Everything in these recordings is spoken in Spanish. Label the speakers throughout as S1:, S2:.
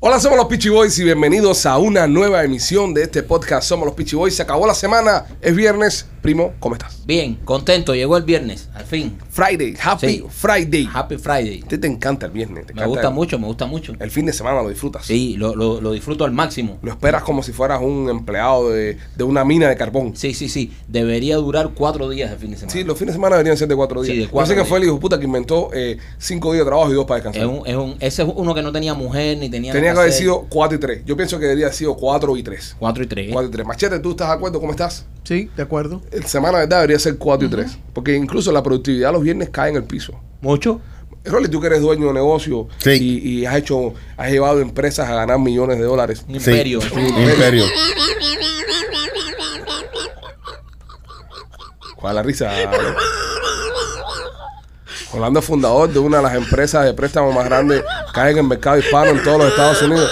S1: Hola, somos los Peachy Boys y bienvenidos a una nueva emisión de este podcast. Somos los Peachy Boys. Se acabó la semana, es viernes. Primo, ¿cómo estás?
S2: Bien, contento, llegó el viernes, al fin.
S1: Friday, Happy
S2: Sí.
S1: Friday.
S2: Happy Friday.
S1: A ti te encanta el viernes. te
S2: Me
S1: encanta
S2: gusta
S1: el-
S2: mucho, me gusta mucho.
S1: El fin de semana lo disfrutas.
S2: Sí, lo, lo- lo disfruto al máximo.
S1: Lo esperas como si fueras un empleado de, de una mina de carbón.
S2: Sí, sí, sí. Debería durar cuatro días el fin de semana.
S1: Sí, los fines de semana deberían ser de cuatro
S2: Sí,
S1: días.
S2: de
S1: Yo sé
S2: cuatro
S1: que fue el
S2: días.
S1: hijo de puta que inventó eh, cinco días de trabajo y dos para descansar.
S2: Es un- es un- ese es uno que no tenía mujer ni tenía.
S1: Tenía
S2: nada
S1: que haber
S2: hacer.
S1: sido 4 y 3. Yo pienso que debería haber sido 4 y 3.
S2: Cuatro y tres.
S1: 4 y 3. Machete, ¿tú estás de acuerdo? ¿Cómo estás?
S3: Sí, de acuerdo.
S1: El semana de verdad debería ser 4 y 3. Porque incluso la productividad los viernes cae en el piso.
S2: Mucho.
S1: Rolly, tú que eres dueño de negocio
S4: Sí.
S1: y, y has hecho, has llevado empresas a ganar millones de dólares.
S2: Un
S4: Sí.
S2: imperio.
S4: Imperio.
S1: ¿Cuál es la risa? Orlando es fundador de una de las empresas de préstamo más grandes que hay en el mercado hispano en todos los Estados Unidos.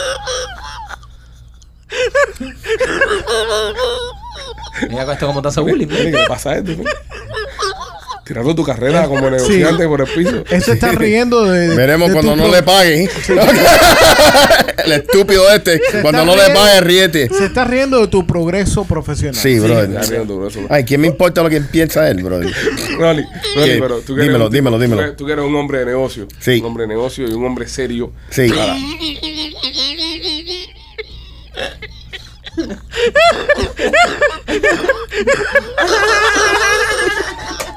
S2: Mira esto cómo te hace bullying.
S1: Mire, ¿Qué le pasa a esto? pues? Tirando tu carrera como negociante por el piso.
S3: Él se está riendo de.
S4: Veremos
S3: de tu
S4: cuando no
S3: pro-
S4: le paguen. El estúpido este. Cuando no le
S3: riendo.
S4: paguen, ríete.
S3: Se está riendo de tu progreso profesional.
S4: Sí,
S1: Está
S4: brother.
S1: riendo, bro, eso.
S4: Ay, ¿quién me importa lo que piensa él, brother?
S1: Rolly, Rolly,
S4: ¿Qué?
S1: pero tú que eres
S4: Dímelo,
S1: un-
S4: dímelo,
S1: tú que-
S4: dímelo.
S1: Tú que eres un hombre de negocio.
S4: Sí.
S1: Un hombre de negocio y un hombre serio.
S4: Sí.
S1: Ahora,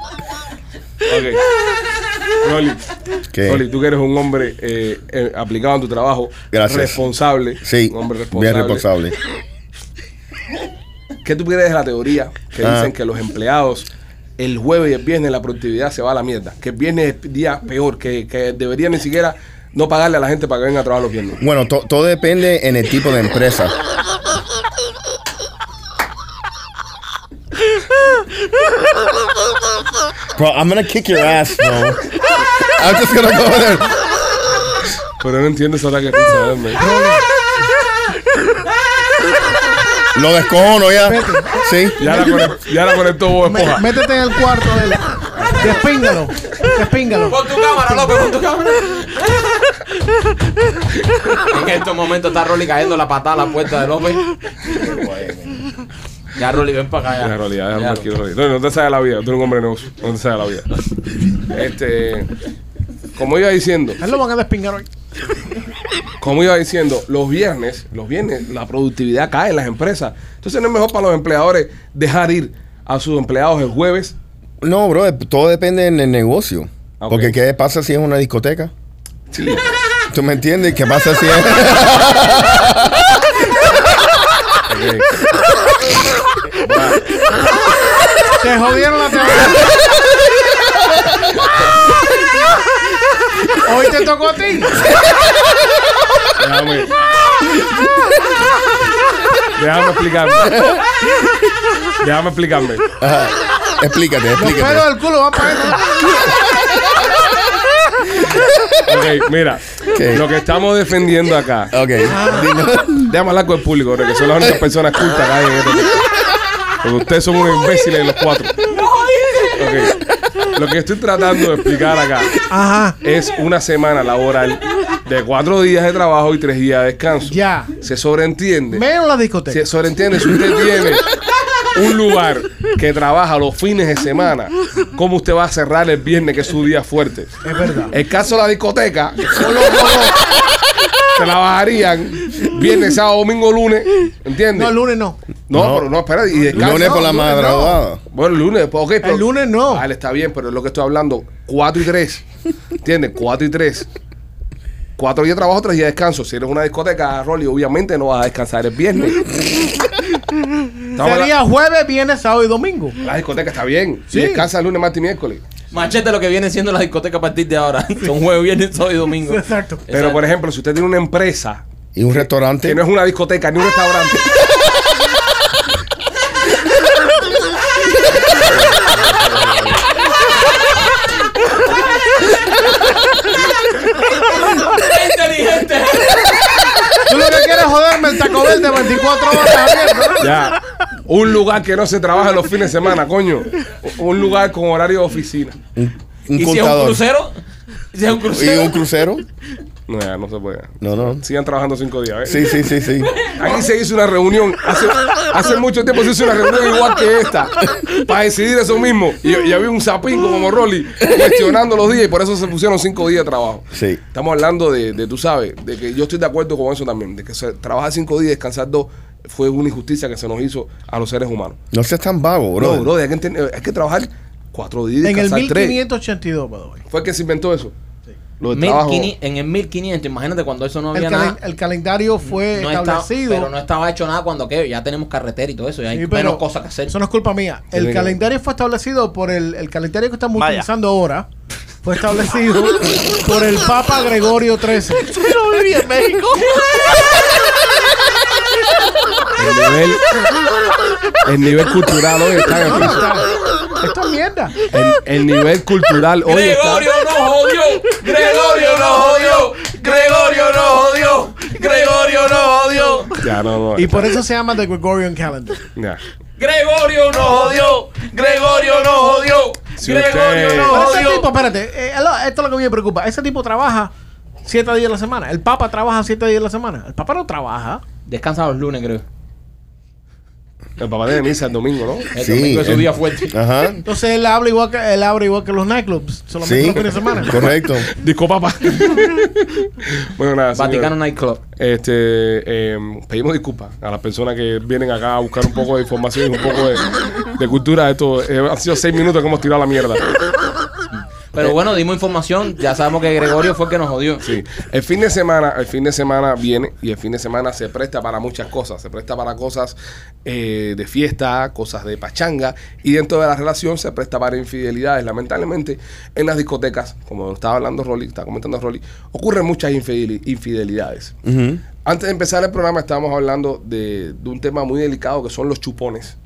S1: ok. Rolly, Rolly,
S4: ¿Qué?
S1: tú que eres un hombre eh, eh, aplicado en tu trabajo.
S4: Gracias.
S1: Responsable.
S4: Sí.
S1: Un hombre
S4: Bien
S1: responsable.
S4: responsable.
S1: ¿Qué tú crees de la teoría que
S4: Ah.
S1: dicen que los empleados el jueves y el viernes la productividad se va a la mierda? Que el viernes es día peor, que, que deberían ni siquiera no pagarle a la gente para que venga a trabajar los viernes.
S4: Bueno, to- todo depende en el tipo de empresa. Bro, I'm gonna kick your ass, bro. I'm just gonna go there.
S1: Pero no entiendo esa la que risa, hombre.
S4: Lo descojono ya. Sí.
S1: Ya la, conect- ya la conectó vos,
S3: Mé-
S1: esposa.
S3: Métete en el cuarto de él. Despíngalo. Despíngalo.
S2: Pon tu cámara, López, pon tu cámara. en estos momentos está Rolly cayendo la patada a la puerta de López. ya, Rolly, ven para acá.
S1: Ya, Rolly, ya, déjame
S2: Ya,
S1: tranquilo, Rolly. No, no te sabes la vida, tú eres un hombre de negocio. No te sabes la vida. Este. Como iba diciendo,
S3: Él lo van a despingar hoy.
S1: como iba diciendo, los viernes, los viernes, la productividad cae en las empresas. Entonces no es mejor para los empleadores dejar ir a sus empleados el jueves
S4: No, bro, todo depende en el negocio.
S1: Ah, ok.
S4: Porque qué pasa si es una discoteca.
S1: Sí.
S4: ¿Tú me entiendes? ¿Qué pasa si es?
S3: Te jodieron la teoría. Hoy te tocó a ti.
S1: Déjame. Déjame explicarme. Déjame explicarme.
S4: Ajá. Explícate,
S3: Los pelos
S4: explícate.
S3: del culo van para adentro.
S1: Ok, mira.
S4: ¿Qué?
S1: Lo que estamos defendiendo acá.
S4: Ok.
S3: Ah,
S4: Dime.
S1: Déjame hablar con el público, porque son las únicas personas cultas que hay en este país. Porque ustedes son unos imbéciles los cuatro. Ok. Lo que estoy tratando de explicar acá
S3: Ajá.
S1: es una semana laboral de cuatro días de trabajo y tres días de descanso.
S3: Ya.
S1: Se sobreentiende.
S3: Menos la discoteca.
S1: Se sobreentiende, si usted tiene un lugar que trabaja los fines de semana, ¿cómo usted va a cerrar el viernes que es su día fuerte?
S3: Es verdad.
S1: El caso de la discoteca, solo dos trabajarían viernes, sábado, domingo, lunes, ¿entiendes?
S3: No,
S1: No,
S3: el lunes no.
S4: No.
S1: pero no, espera, y descansa.
S4: Lunes por la
S3: no, lunes
S4: madrugada.
S1: Bueno, el lunes, pues, ok, pero.
S3: El lunes no.
S1: Vale, está bien, pero es lo que estoy hablando. 4 y 3. ¿Entiendes? 4 y 3. 4 días de trabajo, 3 días de descanso. Si eres una discoteca, Rolly, obviamente no vas a descansar el viernes. Estamos en la-
S3: Sería jueves, viernes, sábado y domingo.
S1: La discoteca está bien.
S3: Sí.
S1: Y descansa el lunes, martes y miércoles.
S2: Machete lo que viene siendo la discoteca a partir de ahora. Son jueves, viernes, sábado y domingo.
S3: Exacto.
S1: Pero, por ejemplo, si usted tiene una empresa
S4: Y un
S1: que
S4: restaurante.
S1: no es una discoteca ni un restaurante.
S2: inteligente!
S3: Tú lo que quieres es joderme el Taco Bell de 24 horas abierto.
S1: Ya. Un lugar que no se trabaja los fines de semana, coño. Un lugar con horario de oficina.
S4: Un
S2: ¿Y si es un
S4: contador.
S2: crucero? ¿Y si es un
S4: ¿Y
S2: crucero?
S4: un crucero?
S1: No, ya, no se puede.
S4: No, no.
S1: Sigan trabajando cinco días. ¿eh?
S4: Sí, sí, sí, sí.
S1: Aquí se hizo una reunión. Hace, hace mucho tiempo se hizo una reunión igual que esta. Para decidir eso mismo. Y, y había un sapingo como Rolly cuestionando los días y por eso se pusieron cinco días de trabajo.
S4: Sí.
S1: Estamos hablando de, de, tú sabes, de que yo estoy de acuerdo con eso también. De que se- trabajar cinco días y descansar dos fue una injusticia que se nos hizo a los seres humanos.
S4: No seas tan vago, bro.
S1: No, bro, hay que, enten- hay que trabajar cuatro días y
S3: En el
S1: descansar tres.
S3: 1582, by the way.
S1: Fue el que se inventó eso. Lo del trabajo.
S2: 1500 en el 1500, imagínate cuando eso no
S3: El,
S2: había
S3: calen-
S2: nada.
S3: el calendario fue
S2: No estaba,
S3: establecido.
S2: pero no estaba hecho nada cuando que ya tenemos carretera y todo eso. Y hay
S3: Sí, pero
S2: menos cosas que hacer.
S3: Eso no es culpa mía.
S1: Tiene
S3: El
S1: que-
S3: calendario fue establecido por el, el calendario que estamos
S5: Vaya.
S3: utilizando ahora. Fue establecido por el Papa Gregorio XIII.
S5: Yo no vivía en México.
S1: El nivel, el nivel cultural hoy está en el piso.
S3: Esta mierda.
S1: El, el nivel cultural hoy está.
S2: Gregorio no jodió, Gregorio no jodió, Gregorio no jodió, Gregorio no jodió,
S1: Ya, no, no.
S3: Y por eso se llama The Gregorian Calendar.
S1: ya.
S2: Gregorio no jodió, Gregorio no jodió,
S1: Si
S2: Gregorio
S1: usted-
S2: no
S3: Pero ese tipo,
S2: jodió.
S3: espérate, eh, lo- esto es lo que me preocupa. Ese tipo trabaja siete días a la semana. El Papa trabaja siete días a la semana. El Papa no trabaja.
S2: Descansa los lunes, creo.
S1: El papá de misa el domingo, ¿no?
S2: El
S4: Sí,
S2: Este domingo es su
S4: el-
S2: día fuerte.
S4: Ajá.
S3: Entonces él habla igual que, él abre igual que los nightclubs. Solamente
S4: Sí.
S3: los fines de semana.
S4: Correcto.
S1: Disco papá. bueno, nada. señor.
S2: Vaticano Nightclub.
S1: Este, em, pedimos disculpas a las personas que vienen acá a buscar un poco de información y un poco de, de cultura. Esto eh, han sido seis minutos que hemos tirado la mierda.
S2: Pero bueno, dimos información, ya sabemos que Gregorio fue el que nos jodió.
S1: Sí. El fin de semana, el fin de semana viene y el fin de semana se presta para muchas cosas. Se presta para cosas eh, de fiesta, cosas de pachanga y dentro de la relación se presta para infidelidades. Lamentablemente en las discotecas, como estaba hablando Rolly, estaba comentando Rolly, ocurren muchas infideli- infidelidades.
S4: Ujú.
S1: Antes de empezar el programa estábamos hablando de, de un tema muy delicado que son los chupones,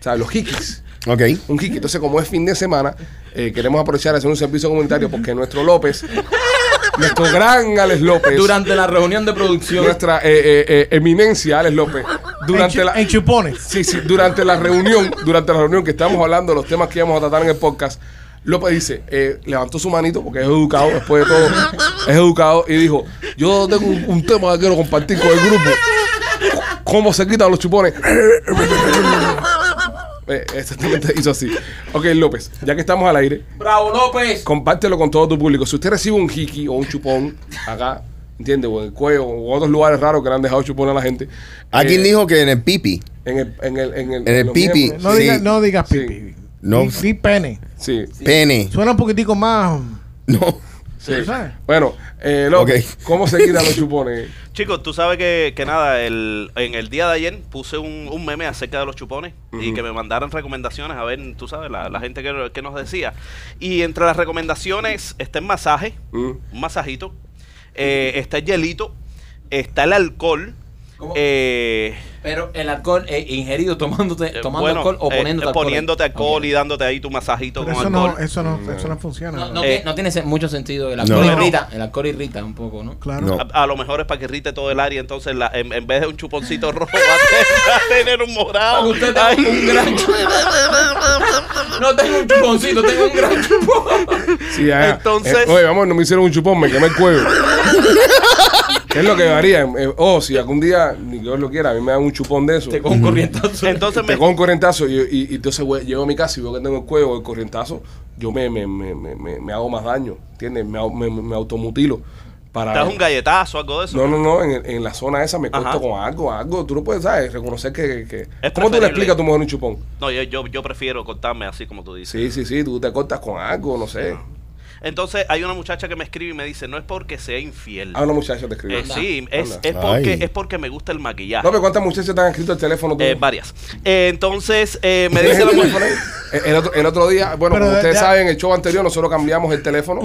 S1: o sea, los jikis
S4: Ok.
S1: un kiki. Entonces, como es fin de semana, eh, queremos aprovechar a hacer un servicio comunitario porque nuestro López, nuestro gran Alex López,
S2: Durante la reunión de producción,
S1: nuestra eh, eh, eh, eminencia Alex López, durante
S3: en, chu-
S1: la.
S3: en chupones.
S1: Sí, sí, durante la reunión, durante la reunión que estábamos hablando de los temas que íbamos a tratar en el podcast, López dice, eh, levantó su manito porque es educado, después de todo, es educado y dijo, yo tengo un, un tema que quiero compartir con el grupo. ¿Cómo se quitan los chupones? Eh, Exactamente hizo así. Ok, López, ya que estamos al aire,
S2: Bravo López.
S1: compártelo con todo tu público. Si usted recibe un hiki o un chupón acá, ¿entiende? O en el cuello o en otros lugares raros que le han dejado chupón a la gente.
S4: Alguien
S1: eh,
S4: dijo que en el pipi.
S1: en el, en el, en el,
S4: En el
S1: los
S4: pipi.
S1: miembros.
S3: No
S4: Sí.
S3: digas, no digas
S1: Sí.
S3: pipi.
S4: No.
S3: Di- di pene.
S1: Sí,
S4: Pene.
S3: Suena un poquitico más.
S4: No.
S1: sí.
S3: ¿Sabes?
S1: Bueno, eh, López,
S4: Ok.
S1: ¿cómo se quitan los chupones?
S5: Chicos, tú sabes que, que nada, el, en el día de ayer puse un, un meme acerca de los chupones y que me mandaran recomendaciones, a ver, tú sabes, la, la gente que, que nos decía. Y entre las recomendaciones está el masaje,
S1: Mm.
S5: un masajito, eh, está el hielito, está el alcohol,
S2: ¿Cómo?
S5: eh,
S2: Pero el alcohol eh, ingerido tomándote,
S5: eh,
S2: tomando
S5: bueno,
S2: alcohol o
S5: eh,
S2: poniéndote alcohol.
S5: poniéndote alcohol y dándote ahí tu masajito
S3: Pero
S5: con
S3: eso
S5: alcohol.
S3: no, eso no, eso no funciona.
S2: No,
S3: ¿no?
S2: no,
S5: Eh,
S2: que- no tiene se- mucho sentido. El alcohol
S4: No.
S2: irrita. El alcohol irrita un poco, ¿no?
S3: Claro.
S4: No.
S5: A, a lo mejor es para que irrite todo el área, entonces la- en, en vez de un chuponcito rojo va a tener un morado.
S2: Usted
S5: Ay.
S2: tengo un gran chupón. No tengo un chuponcito, tengo un gran chupón.
S1: Sí, ya, ya.
S5: Entonces-
S1: Eh, oye, vamos, no me hicieron un chupón, me quemé el cuello. ¿Qué es lo que haría? Eh, oh, si algún día, ni que Dios lo quiera, a mí me dan un chupón de eso.
S2: Te con corrientazo.
S5: Entonces
S1: Te
S5: me,
S1: con un corrientazo y, y- y entonces güey, llego a mi casa y veo que tengo el cuello el corrientazo, yo me, me, me, me, me- me hago más daño, ¿entiendes? Me, hago- me, me- me automutilo. Para
S5: ¿Te das un galletazo algo de eso?
S1: No, no, no, en, en la zona esa me corto
S5: Ajá.
S1: con algo, algo. Tú no puedes, ¿sabes? Reconocer que. que-
S5: Es
S1: ¿Cómo tú
S5: preferible.
S1: le explicas a tu mujer un chupón?
S5: No, yo, yo, yo prefiero cortarme así como tú dices.
S1: Sí, sí, sí, tú te cortas con algo, no sé.
S5: Entonces hay una muchacha que me escribe y me dice, no es porque sea infiel.
S1: Ah, una muchacha te escribió.
S5: Eh, sí, es,
S1: Anda.
S5: es, porque,
S4: Ay.
S5: es porque me gusta el maquillaje.
S1: No, pero ¿cuántas muchachas te han escrito el teléfono? tú?
S5: Eh, varias. Eh, entonces eh, me
S1: ¿Tienes
S5: dice la
S1: el
S5: mujer...
S1: teléfono ahí? El, el otro, el otro día, bueno,
S3: Pero
S1: como
S3: de-
S1: ustedes
S3: ya-
S1: saben, el show anterior nosotros cambiamos el teléfono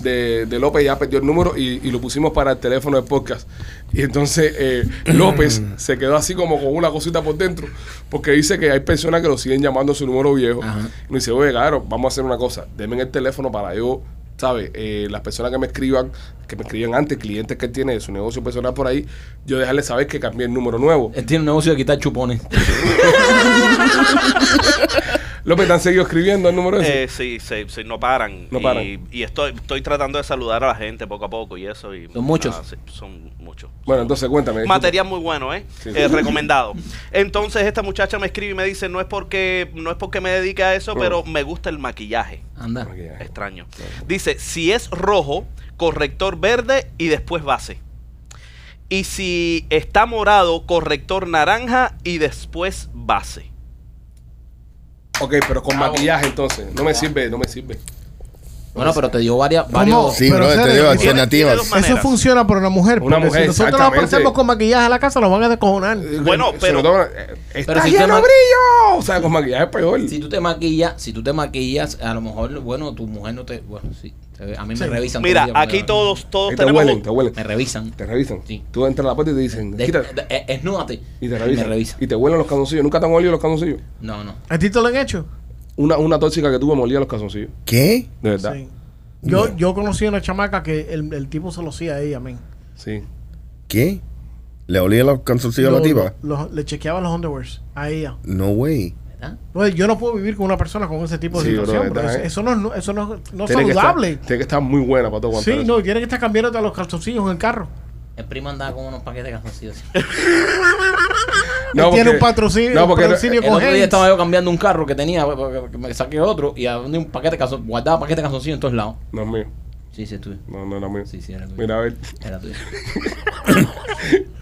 S1: de, de López, ya perdió el número y, y lo pusimos para el teléfono del podcast. Y entonces eh, López se quedó así como con una cosita por dentro, porque dice que hay personas que lo siguen llamando a su número viejo.
S2: Ajá.
S1: Y me dice, oye, claro, vamos a hacer una cosa, denme el teléfono para yo ¿sabes? Eh, las personas que me escriban, que me escriben antes, clientes que él tiene de su negocio personal por ahí, yo dejarles saber que cambié el número nuevo.
S2: Él tiene un negocio de quitar chupones.
S1: López, ¿te han seguido escribiendo el número ese?
S5: Eh, sí, sí, sí, no paran.
S1: No
S5: y,
S1: paran.
S5: y estoy, estoy tratando de saludar a la gente poco a poco y eso. Y,
S2: Son muchos.
S5: sí, son muchos.
S1: bueno, entonces cuéntame. disculpa.
S5: Material muy bueno, ¿eh?
S1: Sí, sí.
S5: Eh, Recomendado. Entonces esta muchacha me escribe y me dice, no es porque, no es porque me dedique a eso, pero me gusta el maquillaje.
S2: Anda.
S1: Maquillaje.
S5: Extraño. Dice, si es rojo, corrector verde y después base. Y si está morado, corrector naranja y después base.
S1: Ok, pero
S2: Ah,
S1: con maquillaje entonces. No me sirve, no me sirve.
S2: Bueno, pero te dio varias,
S3: Vamos.
S2: varios.
S4: Sí,
S3: Pero,
S4: bro, te
S3: ¿sabes?
S4: digo
S5: Tiene- tiene
S4: alternativas.
S5: dos maneras.
S3: Eso funciona por una mujer.
S1: Una
S3: porque
S1: mujer,
S3: si nosotros nos
S1: exactamente.
S3: aparecemos con maquillaje a la casa, nos van a descojonar.
S5: Bueno,
S1: Sobre
S5: pero-
S1: todo, eh, ¡Está
S2: si
S1: lleno
S2: usted ma-
S1: brillo! O sea, con maquillaje es peor.
S2: Si tú te maquillas, si tú te maquillas, a lo mejor, bueno, tu mujer no te. Bueno, sí. te ve- A mí me
S3: Sí.
S2: revisan. todo
S5: Mira,
S2: el día,
S5: aquí
S2: porque-
S5: todos, todos
S1: Ahí te
S5: tenemos...
S1: huelen, te huelen.
S2: Me revisan.
S1: Te revisan.
S2: Sí.
S1: Tú entras a la puerta y te dicen,
S2: De,
S1: quítate.
S2: de- eh, esnúdate.
S1: Y te revisan.
S2: Me revisan.
S1: Y te huelen los calzoncillos. ¿Nunca te han olido los calzoncillos?
S2: No, no.
S3: ¿A ti te lo han hecho?
S1: Una, una tóxica que tuve me olía los calzoncillos.
S4: ¿Qué?
S1: De verdad.
S3: Sí. Yo, yo conocí a una chamaca que el, el tipo se lo hacía a ella, men.
S1: Sí.
S4: ¿Qué? ¿Le olía los calzoncillos a
S3: Lo-
S4: la tipa?
S3: lo- le chequeaba los underwears a ella.
S4: No way.
S2: ¿Verdad?
S3: Oye, yo no puedo vivir con una persona con ese tipo de
S1: Sí, bro,
S3: situación. bro.
S1: ¿verdad,
S3: Eso-
S1: eh?
S3: Eso no es no- eso no, no es
S1: Tiene que estar-
S3: saludable.
S1: Tiene que estar muy buena para todo aguantar.
S3: Sí,
S1: eso.
S3: no, tiene que estar cambiándote a los calzoncillos en el carro.
S2: El primo andaba con unos paquetes de calzoncillos.
S1: No,
S3: tiene
S1: porque-
S3: un patrocinio,
S1: No,
S3: un
S1: porque
S3: patrocinio
S2: El
S3: con
S2: otro
S3: Haynes.
S2: día estaba yo cambiando un carro que tenía, porque me saqué otro y abrí un paquete de calzoncillos, guardaba paquete de calzoncillos en todos lados.
S1: no es mío.
S2: Sí, sí, es tuyo.
S1: No, no era mío.
S2: Sí, sí, era tuyo.
S1: Mira, a ver.
S2: Era tuyo.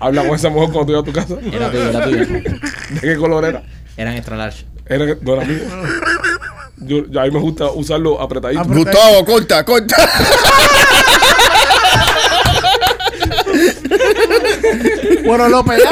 S1: Habla con esa mujer cuando tú ibas a tu casa.
S2: Era tuyo, era tuyo.
S1: ¿De qué color era?
S2: Eran extra large.
S1: Era que- no era mío. Yo, yo- a mí me gusta usarlo
S4: Ah,
S1: apretadito.
S3: Apre-
S4: Gustavo, corta, corta.
S3: Bueno, López, ¿eh?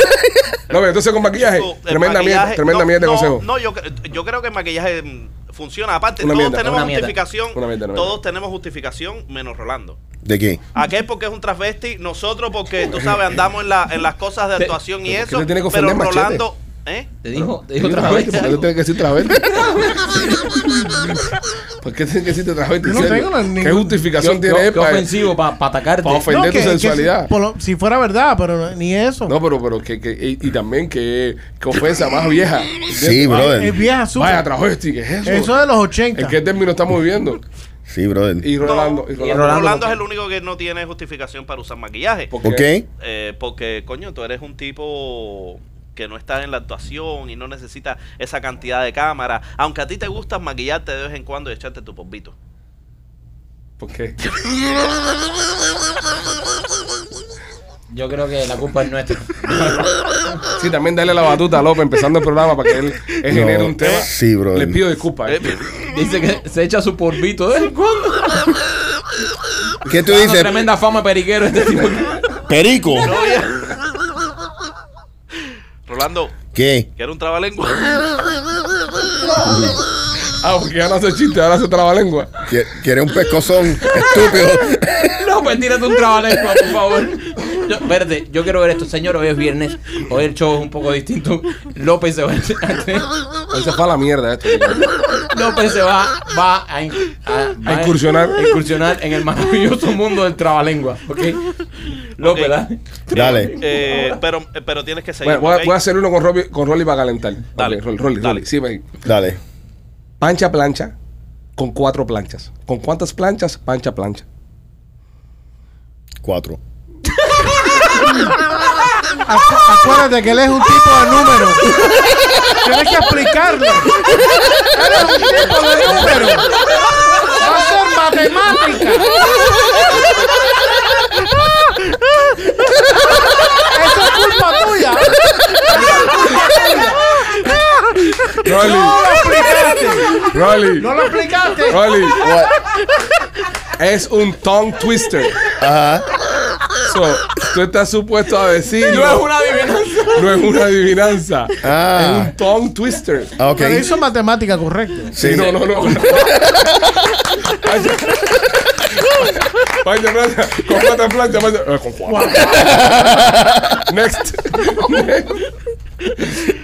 S1: No, pero entonces con maquillaje.
S5: Tú, el
S1: tremenda
S5: maquillaje-
S1: mierda. Tremenda
S5: no,
S1: mierda de
S5: no,
S1: consejo.
S5: No, yo, cre- yo creo que el maquillaje mm, funciona. Aparte,
S1: Una
S5: todos
S1: mierda.
S5: tenemos
S2: Una mierda.
S5: justificación.
S1: Una mierda, una
S5: todos
S1: mierda.
S5: tenemos justificación, menos Rolando.
S4: ¿De qué?
S5: Aquel porque es un transvesti, nosotros porque, tú sabes, andamos en, la, en las cosas de
S2: Pe-
S5: actuación y
S1: ¿pero por qué
S5: eso.
S1: le tiene que
S5: pero
S1: ofender Machete?
S5: Rolando, ¿eh?
S2: Te dijo, te
S1: Dile
S2: dijo otra vez.
S1: travesti, ¿Por qué tú tienes que decir travesti? ¿Por qué tienes que decirte travesti?
S3: Yo
S1: en
S3: no
S1: serio?
S3: tengo la-
S1: ¿Qué
S3: ningún-
S1: justificación
S2: Qué-
S1: tiene
S2: qué,
S1: él
S2: qué
S1: para-
S2: ofensivo para atacarte.
S1: para ofender tu
S3: que- que si-
S1: sensualidad?
S3: por lo- si fuera verdad, pero no- ni eso.
S1: No, pero, pero que, que- y, y también que, que ofensa más vieja.
S4: Sí,
S3: es
S4: brother.
S3: vieja azul.
S1: Vaya travesti, ¿qué es eso?
S3: Eso es de los 80.
S1: ¿En qué término estamos viviendo?
S4: Sí, brother.
S1: Y Rolando.
S5: No,
S1: y
S5: y
S1: Rolando.
S5: Rolando,
S2: Rolando
S5: es el único que no tiene justificación para usar maquillaje.
S1: ¿Por
S4: ¿Por
S1: qué?
S4: qué?
S5: Eh, porque, coño, tú eres un tipo que no está en la actuación y no necesita esa cantidad de cámara. Aunque a ti te gusta maquillarte de vez en cuando y echarte tu polvito.
S1: ¿Por qué?
S2: Yo creo que la culpa es nuestra.
S1: Sí, también dale la batuta a López empezando el programa para que él él
S4: No.
S1: genere un tema.
S4: Sí, brother.
S1: Les pido disculpas.
S5: pues.
S1: eh.
S2: Dice que se echa su polvito de vez en cuando.
S4: ¿Qué tú
S2: Dando
S4: dices?
S2: Tremenda fama periquero este tipo.
S4: Perico.
S5: Rolando,
S4: ¿Qué?
S5: que era un trabalengua.
S1: Ah, porque ahora hace chiste, ahora hace trabalengua.
S4: ¿Qui- ¿Quieres un pescozón estúpido?
S2: No, pues tírate un trabalengua, por favor. Yo, espérate, yo quiero ver esto. Señor, hoy es viernes. Hoy el show es un poco distinto. López se va a,
S1: Él se fue a la mierda eh, esto.
S2: López pues se va, va a, in- a- va a
S1: incursionar.
S2: incursionar en el maravilloso mundo del trabalengua. ¿Ok? López,
S5: Ok.
S2: dale.
S4: Dale.
S5: Eh, pero, pero tienes que seguir.
S1: Bueno, voy a,
S5: ¿ok?
S1: voy a hacer uno con Rolly, con Rolly para calentar.
S5: Dale.
S1: Ok, Rolly, Rolly,
S5: Dale.
S1: Rolly. Sí, ven.
S4: Dale.
S1: Pancha plancha con cuatro planchas. ¿Con cuántas planchas? Pancha plancha.
S4: Cuatro.
S3: Acu- acuérdate que él es un tipo de número. Tienes que explicarle. Eres un tipo de número. Va a ser matemática. Eso es culpa tuya.
S1: Rolly,
S3: No lo explicaste.
S1: Rolly,
S3: No lo explicaste.
S1: Rolly.
S4: What?
S1: Es un tongue twister.
S4: Ajá.
S1: So, tú estás supuesto a decir.
S2: No es una adivinanza.
S1: No es una adivinanza. Es
S4: Ah.
S1: un tongue twister.
S4: Ah, ok.
S3: Pero hizo matemática correcta.
S1: Sí, no, no, no. Pancha. Pancha plancha. Con cuatro planchas. Pancha. eh, con cuatro. Next.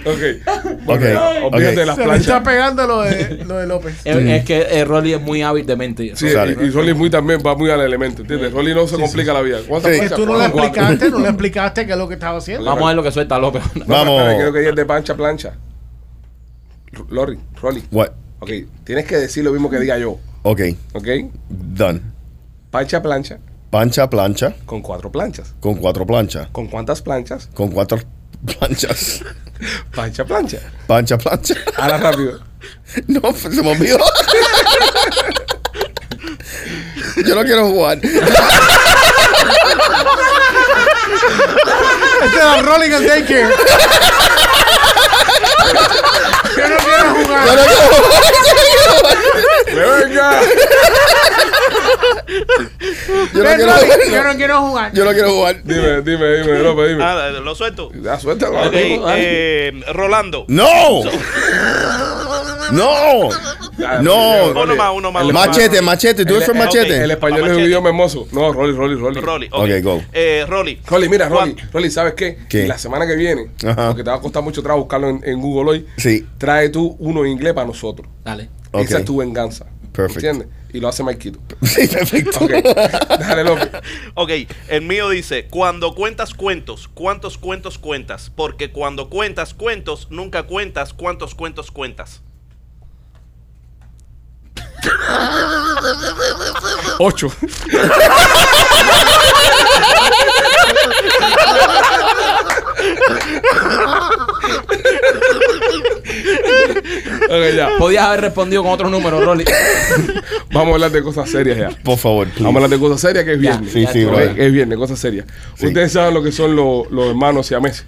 S1: Ok.
S4: Ok,
S1: Olvídate
S4: ok.
S1: de las
S3: Se me está
S1: planchas.
S3: pegando lo de, lo de López.
S2: Es, es que eh, Rolly es muy hábil de mente.
S1: Sí,
S4: Sale.
S1: y, y Rolly muy también va muy al elemento, ¿entiendes? Rolly no se complica la vida. ¿Cuántas
S4: Sí.
S3: Que
S1: planchas?
S3: tú no le
S1: Cuatro.
S3: explicaste, no le explicaste qué es lo que estaba haciendo.
S2: Vamos a ver lo que suelta López.
S4: Vamos.
S1: Espera, Creo que ella es de pancha plancha. R- Lori, Rolly.
S4: What?
S1: Ok, tienes que decir lo mismo que diga yo.
S4: Ok,
S1: ¿Ok?
S4: done.
S1: Pancha plancha
S4: Pancha plancha
S1: con cuatro planchas.
S4: con cuatro planchas.
S1: ¿Con cuántas planchas?
S4: Con cuatro planchas.
S1: Pancha plancha.
S4: Pancha plancha.
S1: Ahora rápido.
S4: No, se me olvidó. Yo no quiero jugar.
S3: Este era Rolling and Daycare. Yo no quiero jugar.
S4: Yo no quiero jugar.
S1: ¡Venga!
S4: Yo no
S3: Ven,
S4: quiero
S3: Rolling, yo
S4: jugar.
S3: no quiero jugar.
S4: Yo no quiero jugar.
S1: Dime, dime, dime, López, dime.
S5: Ah, lo suelto.
S1: Ya, suéltalo.
S5: Ok, eh, Rolando.
S4: No. No.
S1: Ya,
S4: No.
S1: Rolly.
S5: Uno más, uno más.
S1: El-
S5: uno más.
S4: Machete, machete. Tú eres
S1: El-
S4: machete.
S1: El español es un
S5: Machete.
S1: idioma hermoso. No, Rolly, Rolly, Rolly.
S5: Rolly, ok.
S4: Ok, go.
S5: Eh, Rolly.
S1: Rolly, mira, Rolly,
S5: Juan.
S1: Rolly, ¿sabes qué?
S4: ¿Qué?
S1: La semana que viene,
S4: Ajá.
S1: porque te va a costar mucho trabajo buscarlo en, en Google hoy,
S4: Sí.
S1: trae tú uno en inglés para nosotros.
S2: Dale.
S4: Ok.
S1: Esa es tu venganza.
S4: Perfect.
S1: ¿Entiendes? Y lo hace Marquito.
S4: Sí, perfecto.
S1: Ok. Dale, López.
S5: Ok, el mío dice, cuando cuentas cuentos, ¿cuántos cuentos cuentas? Porque cuando cuentas cuentos, nunca cuentas cuántos cuentos cuentas.
S1: Ocho. ok, ya.
S2: Podías haber respondido con otro número, Rolly.
S1: Vamos a hablar de cosas serias ya.
S4: Por favor,
S1: Vamos a
S4: please.
S1: hablar de cosas serias que es
S2: Ya,
S1: viernes.
S4: Sí,
S2: ya
S4: sí,
S2: tú-
S1: Ok,
S4: brother.
S1: es viernes, cosas serias.
S4: Sí.
S1: Ustedes saben lo que son los, los hermanos siameses,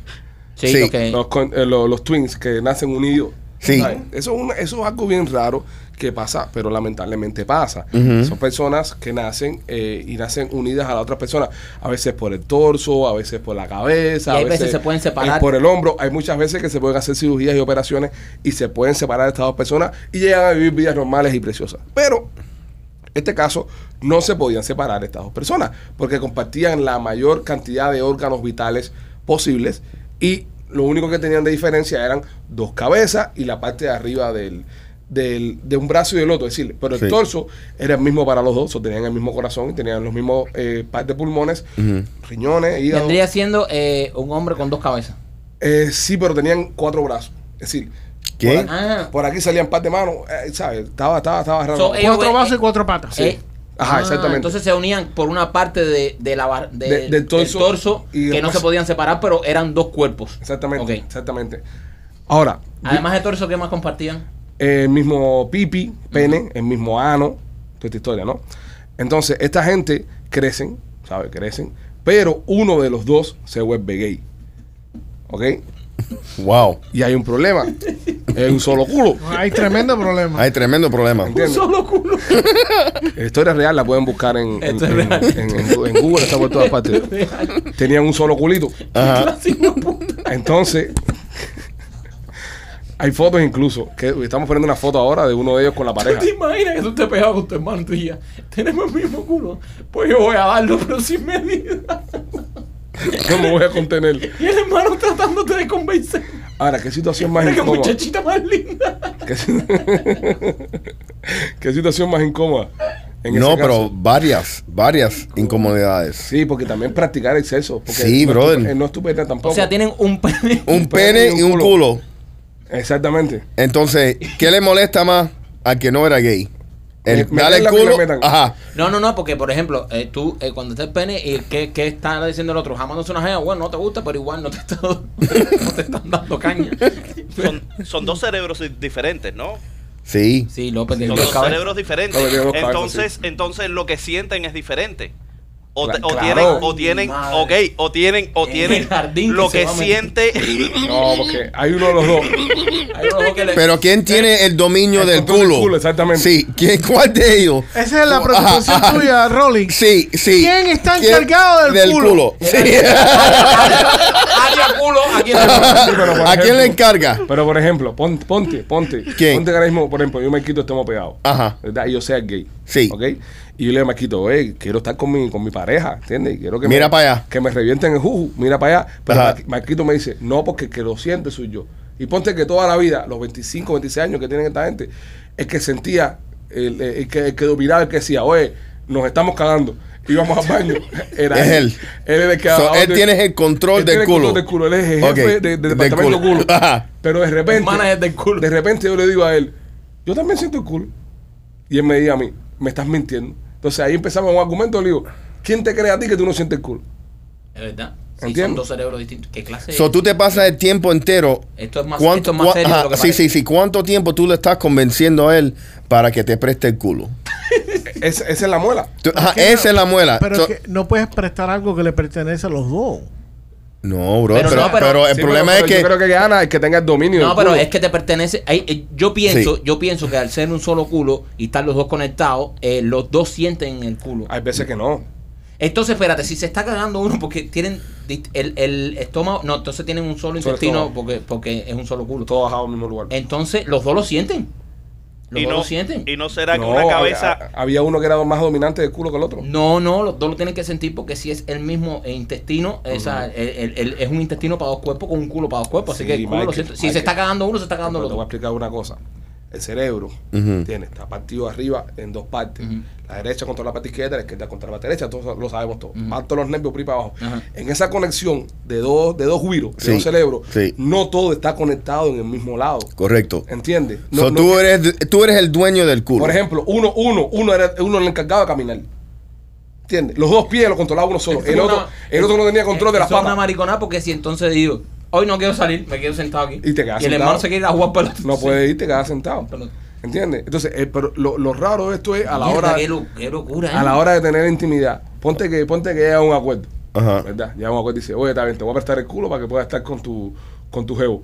S2: Sí,
S4: Sí.
S2: ok.
S1: los, con- eh, los, los twins que nacen unidos.
S4: Sí.
S1: ¿saben? Eso, es una- eso es algo bien raro que pasa, pero lamentablemente pasa. Son personas que nacen eh, y nacen unidas a la otra persona, a veces por el torso, a veces por la cabeza,
S2: Y hay
S1: a veces,
S2: veces se pueden separar.
S1: eh, por el hombro. Hay muchas veces que se pueden hacer cirugías y operaciones y se pueden separar estas dos personas y llegan a vivir vidas normales y preciosas. Pero este caso no se podían separar estas dos personas porque compartían la mayor cantidad de órganos vitales posibles y lo único que tenían de diferencia eran dos cabezas y la parte de arriba del, del- de un brazo y del otro, es decir, pero el
S4: Sí.
S1: torso era el mismo para los dos, o tenían el mismo corazón y tenían los mismos eh, par de pulmones, riñones, hígado.
S2: Vendría siendo eh, un hombre con dos cabezas.
S1: Eh, sí, pero tenían cuatro brazos, es decir,
S4: ¿Qué?
S1: Por, aquí,
S2: Ah.
S1: por aquí salían par de manos, eh, ¿sabes? Estaba, estaba, estaba raro.
S2: So, ellos-
S3: Cuatro brazos y
S2: eh,
S3: cuatro patas.
S2: Eh,
S1: Ajá, exactamente.
S2: Entonces se unían por una parte de, de la bar- de-
S1: De- del
S2: del
S1: torso
S2: torso,
S1: y
S2: que
S1: del
S2: no se
S1: brazo.
S2: podían separar, pero eran dos cuerpos.
S1: exactamente,
S2: Ok.
S1: exactamente. Ahora,
S2: Además de torso, ¿qué más compartían?
S1: el mismo pipi, pene, el mismo ano, toda esta historia, ¿no? Entonces, esta gente crecen, ¿sabes? Crecen, pero uno de los dos se vuelve gay, ¿ok?
S4: Wow.
S1: Y hay un problema, es un solo culo,
S3: Hay tremendo problema.
S4: Hay tremendo problema.
S1: ¿entiendes?
S2: Solo culo.
S1: La historia real la pueden buscar en, en,
S2: Esto es
S1: en-
S2: real.
S1: en- en- en Google, está por todas partes. Tenían un solo culito,
S4: Ajá.
S1: entonces... Hay fotos incluso, que estamos poniendo una foto ahora de uno de ellos con la pareja.
S2: ¿Te imaginas que tú te pegabas con tu hermano y tú digas, tenemos el mismo culo? Pues yo voy a darlo, pero sin medida.
S1: No me voy a contener.
S2: Y el hermano tratándote de convencer.
S1: Ahora, ¿qué situación más
S2: ¡Qué
S1: incómoda?
S2: muchachita más linda!
S1: ¿Qué, qué situación más incómoda? en
S4: No,
S1: ese caso?
S4: pero varias, varias incomodidades.
S1: Sí, porque también practicar el sexo. Porque
S4: Sí,
S1: no
S4: brother.
S1: estupe- eh, no estupenda tampoco.
S2: O sea, tienen un pene.
S4: Un pene y un culo.
S1: Exactamente.
S4: Entonces, ¿qué le molesta más al que no era gay? El,
S1: Me-
S4: dale el
S1: meterla que
S4: culo.
S1: le metan.
S4: Ajá.
S2: No, no, no, porque por ejemplo, eh, tú eh, cuando está el pene, eh, ¿qué, ¿qué está diciendo el otro? Jamándose una jeva, bueno, no te gusta, pero igual no te, está- no te están dando caña.
S5: Son, son dos cerebros di- diferentes, ¿no?
S4: Sí.
S2: Sí, López,
S5: Son
S2: tiene
S5: dos
S2: dos cabezas.
S5: cerebros diferentes.
S1: López tiene dos cabezas,
S5: Entonces, entonces lo que sienten es diferente. O, te-
S1: Cla-
S5: o
S1: claro.
S5: tienen, o
S2: Ay,
S5: tienen,
S2: madre.
S5: ok, o tienen, o
S2: En
S5: tienen
S2: el jardín
S5: lo
S2: que se
S5: que
S2: va a meter.
S5: siente.
S1: No, porque hay uno de los dos.
S2: Hay unos ojos que le-
S4: Pero ¿quién tiene el dominio
S1: El
S4: del
S1: control del
S4: culo?
S1: culo, exactamente.
S4: Sí. ¿Quién, ¿Cuál de ellos?
S3: Esa es la
S4: Ajá,
S3: preocupación
S4: ajá.
S3: tuya, Rolling.
S4: Sí, sí.
S3: ¿Quién está encargado del culo?
S4: Sí.
S2: Área culo, aquí en el-
S1: Sí, pero por
S4: ¿A quién
S1: ejemplo-
S4: le encarga?
S1: Pero por ejemplo, pon- ponte, ponte.
S4: ¿Quién?
S1: Ponte que ahora mismo, por ejemplo, yo me quito, estemos pegados.
S4: Ajá.
S1: ¿Verdad? Y yo sea gay.
S4: Sí.
S1: ¿Ok? Y yo le me quito, eh, quiero estar con mi, con mi pareja, ¿entiendes? Quiero que
S4: Mira
S1: me,
S4: pa' allá.
S1: Que me revienten el juju, mira para allá. Pero
S4: Ajá.
S1: Marqui- Marquito me dice, no, porque el que lo siente soy yo. Y ponte que toda la vida, los 25, 26 años que tienen esta gente, el que sentía, el, el que, el que dominaba, el que decía, oye, nos estamos cagando, íbamos al baño, era
S4: Es él.
S1: Él era el que
S4: So,
S1: daba
S4: él
S1: orden.
S4: tiene el control
S1: Él
S4: del
S1: tiene el
S4: culo.
S1: control del culo, él es el jefe
S4: Ok,
S1: de- del departamento culo.
S4: Ajá.
S1: Pero de repente,
S2: El manager del culo.
S1: de repente yo le digo a él, yo también siento el culo. Y él me dice a mí, me estás mintiendo. Entonces ahí empezamos un argumento, le digo, ¿quién te cree a ti que tú no sientes el culo?
S2: Es verdad. Sí, son
S1: Entiendo.
S2: dos cerebros distintos. ¿Qué clase
S4: So, tú te pasas el tiempo entero.
S2: Esto es más- esto
S4: ¿Cuánto,
S2: es más
S4: cua-
S2: serio de
S4: ajá,
S2: lo que
S4: sí,
S2: parece.
S4: sí, sí. ¿Cuánto tiempo tú le estás convenciendo a él para que te preste el culo?
S1: Es- esa es la muela.
S4: Tú- ajá,
S3: que
S4: esa
S3: no-
S4: es la muela.
S3: Pero
S4: So-
S3: es que no puedes prestar algo que le pertenece a los dos.
S4: no, bro.
S2: Pero
S4: Pero,
S2: no, pero-
S4: pero el
S1: Sí,
S4: problema
S1: pero-
S4: es
S1: pero
S4: que.
S1: Yo creo que gana el que tenga el dominio.
S2: No,
S1: del
S2: pero
S1: culo.
S2: es que te pertenece. ahí, eh, yo pienso,
S4: Sí.
S2: yo pienso que al ser un solo culo y estar los dos conectados, eh, los dos sienten el culo.
S1: Hay veces que no.
S2: Entonces, espérate, si se está cagando uno porque tienen dist- el, el estómago, no, entonces tienen un solo
S1: Solo
S2: intestino
S1: estómago.
S2: porque, porque es un solo culo.
S1: Todo bajado al mismo lugar.
S2: Entonces, los dos lo sienten. Los
S5: Y
S2: dos
S5: no,
S2: lo sienten.
S5: y no será que
S1: No,
S5: una
S1: había-
S5: cabeza.
S1: Había, uno que era más dominante del culo que el otro.
S2: No, no, los dos lo tienen que sentir porque si es el mismo eh, intestino, o sea, el- el- el- es un intestino para dos cuerpos con un culo para dos cuerpos. Así
S1: Sí,
S2: que el culo lo
S1: Michael,
S2: siente. Si
S1: Michael.
S2: se está cagando uno, se está cagando
S1: Pero
S2: el
S1: te voy a
S2: otro.
S1: explicar una cosa. El cerebro
S4: Ujú.
S1: tiene, está partido arriba en dos partes.
S2: Ujú.
S1: La derecha contra la parte izquierda, la izquierda contra la parte derecha, todos lo sabemos todo.
S2: Ujú.
S1: Van todos los nervios por ahí para abajo.
S2: Ajá.
S1: En esa conexión de dos, de dos güiros, de
S4: Sí,
S1: dos cerebros,
S4: sí.
S1: no todo está conectado en el mismo lado.
S4: Correcto.
S1: ¿Entiendes? eh, No-
S4: So,
S1: no-
S4: tú, eres, tú eres el dueño del culo.
S1: Por ejemplo, uno, uno, uno era, uno era el encargado de caminar. ¿Entiendes? Los dos pies los controlaba uno solo. El
S2: Una-
S1: otro, el otro no tenía control de las
S2: Eso es una
S1: patas.
S2: mariconada porque si entonces digo, hoy no quiero salir, me quedo sentado aquí.
S1: Y te quedas
S2: el
S1: sentado.
S2: hermano se quiere ir a jugar pelota.
S1: No
S2: Sí.
S1: puede irte, quedas sentado.
S2: Pero-
S1: ¿Entiendes? Entonces, eh, pero lo, lo raro de esto es a la
S2: Mierda,
S1: hora.
S2: Qué, lo- qué locura, ¿eh?
S1: a la hora de tener intimidad, ponte que ponte que llega a un acuerdo,
S4: Ajá.
S1: ¿verdad? Llega a un acuerdo y dice, oye, está bien, te voy a prestar el culo para que puedas estar con tu con tu jevo.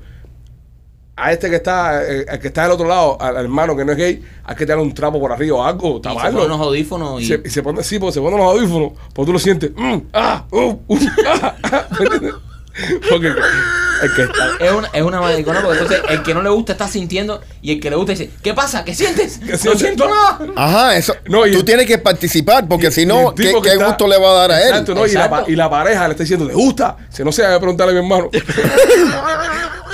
S1: A este que está, eh, al que está del otro lado, al al hermano que no es gay, hay que darle un trapo por arriba o algo,
S2: Y se ponen unos
S1: taparlo.
S2: audífonos y.
S1: Se, y se pone así, porque se ponen los audífonos, porque tú lo sientes, mm, ah, uh, uh, ah, ah, ¿me entiendes? Porque el que está,
S2: Es una, es una maricona porque entonces el que no le gusta está sintiendo y el que le gusta dice, ¿qué pasa? ¿Qué sientes?
S1: ¿Qué
S2: No
S1: sientes?
S2: siento nada.
S4: Ajá, eso.
S1: No, y
S4: tú
S1: el-
S4: tienes que participar porque si
S1: Y
S4: no,
S1: el
S4: ¿qué,
S1: tipo que
S4: qué
S1: está-
S4: gusto le va a dar a él?
S1: Exacto, ¿no? Y, la, pa-
S2: Exacto.
S1: y la pareja le está diciendo, ¿te gusta? Si no se va a preguntarle a mi hermano.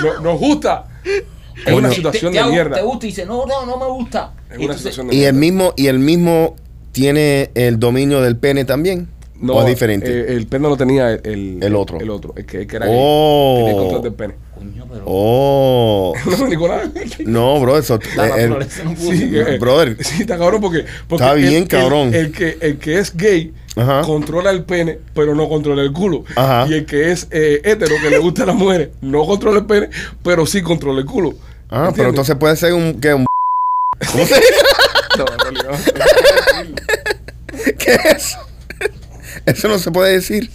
S1: no, nos gusta. Es una
S2: Te-
S1: situación
S2: te-
S1: de
S2: te- Te
S1: mierda.
S2: gusta y dice, no, no, no me gusta.
S1: Es
S2: Y
S1: una
S2: entonces-
S1: situación de
S4: Y el
S1: mierda.
S4: mismo, y el mismo tiene el dominio del pene también. No, es diferente.
S1: eh, el pene no tenía el, el,
S4: El otro.
S1: El otro. El que, el que era
S4: Oh.
S1: gay. Tenía el control del pene.
S2: Coño, pero.
S4: oh.
S1: No, Nicolás.
S4: No, bro, eso.
S2: La
S4: eh, el-
S2: naturaleza no pudo.
S1: Sí, eh,
S4: Brother.
S1: Sí, está cabrón porque. porque
S4: Está
S1: el-
S4: bien,
S1: el-
S4: cabrón.
S1: El, que, el que es gay
S4: Ajá.
S1: controla el pene, pero no controla el culo.
S4: Ajá.
S1: Y el que es eh, hetero, que le gusta a las mujeres, no controla el pene, pero sí controla el culo.
S4: Ah, pero
S1: ¿Entiendes?
S4: entonces puede ser un. ¿qué? un
S1: No, no, no, no.
S4: ¿Qué es eso? Eso no se puede decir.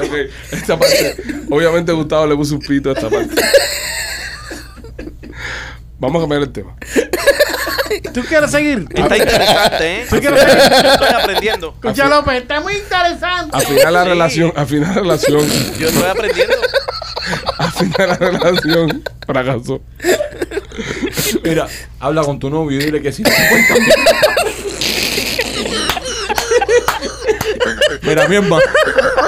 S1: Ok, esta parte. Obviamente Gustavo le puso un pito a esta parte. Vamos a cambiar el tema.
S3: ¿Tú quieres seguir?
S5: Está interesante, ¿eh?
S3: ¿Tú quieres seguir?
S5: Estoy aprendiendo.
S3: Escucha, López, está muy interesante.
S1: Al final la
S5: Sí.
S1: relación, al final la relación,
S5: Yo estoy aprendiendo.
S1: al final la relación fracasó.
S2: Mira, habla con tu novio y dile que sí. Mira, mi hermano.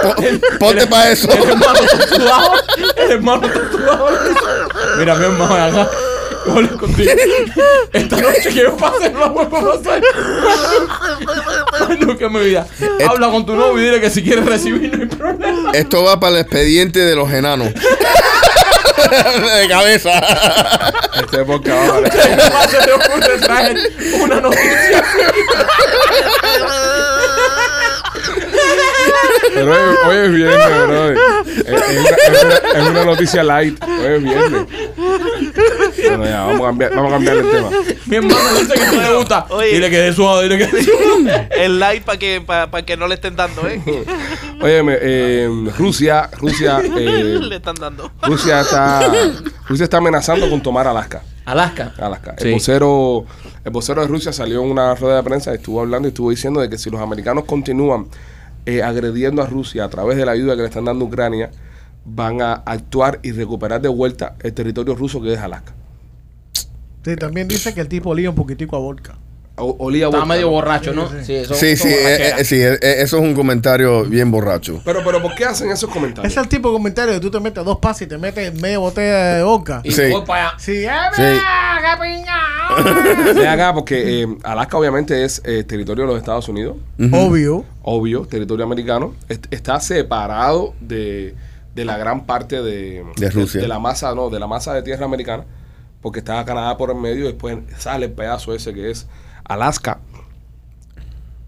S4: Po- Ponte para eso.
S2: El hermano tatuado. El hermano tatuado. Mira, mi hermano, acá. Hola contigo. Esta noche que yo pase no la vuelvo a pasar. Ay, Nunca en mi vida. Habla con tu novio y dile que si quieres recibir no hay problema.
S4: Esto va para el expediente de los enanos. de cabeza.
S1: Este porque va a valer.
S2: Jamás se te ocurre traer una noticia.
S1: Pero hoy, hoy es viernes, bro. Es, es una, es una- es una noticia light. Hoy es viernes. Bueno, ya, vamos a cambiar, vamos a cambiar el tema.
S2: Mi hermano dice que no le gusta.
S5: Oye.
S2: Dile que de suave, dile que de suave.
S5: El like para que, pa- pa' que no le estén dando, ¿eh?
S1: Óyeme, eh, Rusia, Rusia, eh,
S5: le están dando.
S1: Rusia está, Rusia está amenazando con tomar Alaska.
S2: Alaska.
S1: Alaska.
S2: Sí.
S1: El, vocero, el vocero de Rusia salió en una rueda de prensa, estuvo hablando y estuvo diciendo de que si los americanos continúan eh, agrediendo a Rusia a través de la ayuda que le están dando a Ucrania, van a actuar y recuperar de vuelta el territorio ruso que es Alaska.
S3: Sí, también dice que el tipo olía un poquitico a vodka.
S1: o- olía a
S2: Estaba
S1: vodka,
S2: medio
S1: ¿no?
S2: borracho, ¿no? Sí, eso-
S4: Sí,
S2: eso
S4: sí, eh,
S2: borrachera.
S4: eh, sí, eh, eh, eso es un comentario bien borracho.
S1: Pero, pero, ¿por qué hacen esos comentarios?
S3: Es el tipo de comentario que tú te metes dos pases y te metes media botella de boca.
S2: Y
S4: Sí.
S2: voy para allá.
S3: Sí, ¡eh,
S4: Sí.
S3: mira, qué piña!
S1: Ven acá, porque eh, Alaska obviamente es eh, territorio de los Estados Unidos,
S3: Obvio.
S1: obvio, territorio americano. Est- está separado de, de la gran parte de,
S4: De Rusia.
S1: de la masa, no, de la masa de tierra americana, porque está Canadá por el medio y después sale el pedazo ese que es Alaska.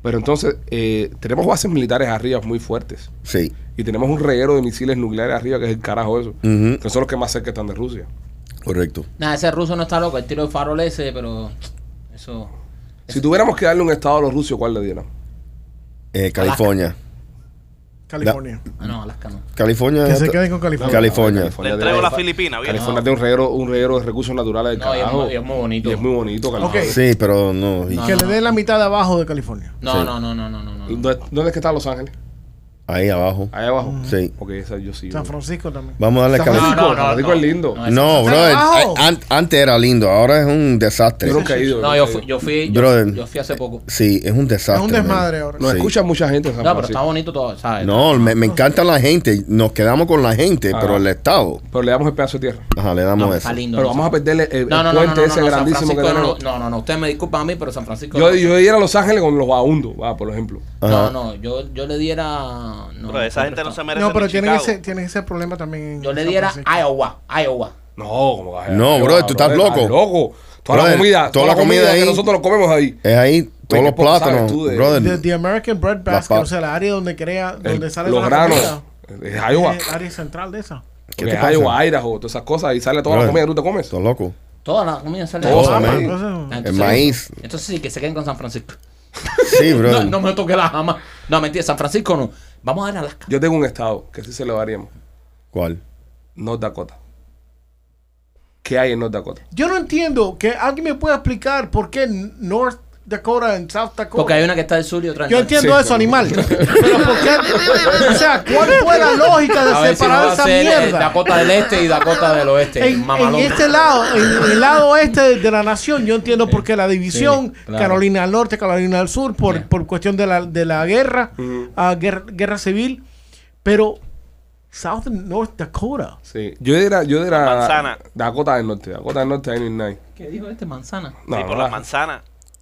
S1: Pero entonces, eh, tenemos bases militares arriba muy fuertes.
S4: Sí.
S1: Y tenemos un reguero de misiles nucleares arriba, que es el carajo eso.
S4: Ujú.
S1: Que son los que más cerca están de Rusia.
S4: Correcto.
S2: Nada, ese ruso no está loco, el tiro de farol ese, pero eso...
S1: Si tuviéramos que darle un estado a los rusos, ¿cuál le dieran?
S4: Eh, California.
S3: California.
S2: Ah, no, Alaska no.
S4: California.
S3: Que se queden con California.
S4: California.
S5: Le
S1: tiene-
S5: entrego la Filipina, ¿vieron?
S1: California tiene un reguero, un reguero de recursos naturales del
S2: No, y es
S1: carajo.
S2: muy- y es muy bonito.
S1: Y es muy bonito, carajo.
S3: Ok.
S4: Sí, pero no. y-
S2: No.
S3: Que le den la mitad de abajo de California.
S2: No,
S4: Sí.
S2: no, no, no, no, no, no.
S1: ¿Dónde, dónde es que está Los Ángeles?
S4: Ahí abajo.
S1: Ahí abajo.
S4: Sí.
S1: Porque esa yo sí.
S3: Mm. San Francisco también.
S4: Vamos a darle
S1: San
S4: California.
S1: Francisco, San Francisco es lindo.
S2: No,
S4: No,
S2: eso-
S3: Está
S4: brother.
S3: abajo.
S4: eh, an- antes era lindo, ahora es un desastre.
S1: Yo nunca he ido.
S2: No,
S1: nunca
S2: yo
S1: he
S2: fui,
S1: ido.
S2: yo fui, yo,
S4: Brother.
S2: yo fui hace poco.
S4: Sí, es un desastre.
S3: Es un
S4: man.
S3: desastre ahora.
S1: Nos
S4: Sí.
S1: escucha mucha gente en San
S2: No, pero está
S1: Francisco.
S2: bonito todo, ¿sabes?
S4: No, me, me encanta la gente. Nos quedamos con la gente,
S1: Ah.
S4: pero el Estado.
S1: Pero le damos el pedazo de tierra.
S4: Ajá, le
S2: No,
S4: damos
S2: está
S4: eso.
S2: lindo.
S1: Pero
S2: no,
S1: vamos a perderle el, el
S2: no, no, no, no,
S1: puente
S2: no,
S1: ese
S2: no, no, San
S1: grandísimo que
S2: Francisco no,
S1: tenemos.
S2: no, no, no, no, ustedes me disculpan a mí, pero San Francisco...
S1: Yo, yo iba a ir a Los Ángeles con los vagabundos, va, por ejemplo.
S2: No,
S4: Ajá.
S2: no, yo, yo le diera... No,
S5: Pero esa gente no se merece
S3: No, pero
S5: ni
S3: tienen
S5: Chicago.
S3: ese, tienen ese problema también. en
S2: Yo le
S3: San
S2: diera
S3: Francisco.
S2: Iowa, Iowa.
S1: No, como vas a- Ah,
S4: No, brother, tú estás loco.
S1: Estás loco. Toda la
S4: Brother,
S1: comida, toda la comida
S4: ahí-
S1: que nosotros nos comemos ahí.
S4: Es ahí todos los
S1: ¿qué sabes
S4: plátanos,
S1: tú de-
S4: brother.
S3: The, the American Bread Basket,
S4: pa-
S3: o sea, la área donde crea, donde
S1: El-
S3: sale
S1: los
S3: la
S1: granos.
S3: comida.
S1: Es Iowa.
S3: Eh, área central de esa.
S4: ¿Qué
S1: Porque
S4: te pasa?
S1: Iowa, Idaho, todas esas cosas. Y sale toda la
S4: Brother.
S1: comida que tú te comes.
S4: Estás loco.
S2: Toda la comida sale
S4: Todo,
S2: Ah,
S4: man.
S2: man.
S3: Entonces,
S2: Entonces-
S4: El maíz.
S2: Entonces sí, que se queden con San Francisco.
S4: Sí,
S2: No,
S4: brother.
S2: no me toque la jama. No, mentira, San Francisco no. Vamos a dar Alaska.
S1: Yo tengo un estado que sí se lo daríamos.
S4: ¿Cuál?
S1: North Dakota. ¿Qué hay en North Dakota?
S3: Yo no entiendo que alguien me pueda explicar por qué North Dakota y South Dakota.
S2: Porque hay una que está del sur y otra en
S3: Yo
S2: el
S3: entiendo
S1: Sí,
S3: eso,
S1: pero-
S3: animal. Pero ¿por qué? O sea, ¿cuál fue la lógica
S2: norte. A
S3: de
S2: ver si no
S3: separar
S2: va a
S3: esa
S2: ser eh,
S3: mierda?
S2: Dakota del Este y Dakota del Oeste.
S3: En, en
S2: mamalón.
S3: este lado, en el lado este de la nación, yo entiendo por qué la división,
S2: sí, claro.
S3: Carolina del Norte, Carolina del Sur, por,
S2: Yeah.
S3: por cuestión de la, de la guerra, ah, guerra, guerra civil, pero South and North Dakota.
S1: Sí. Yo era, yo era
S5: Manzana.
S1: Dakota del Norte. Dakota del Norte, ahí no hay nadie.
S2: ¿Qué dijo este manzana?
S1: No,
S5: sí, por
S1: no,
S5: las manzanas.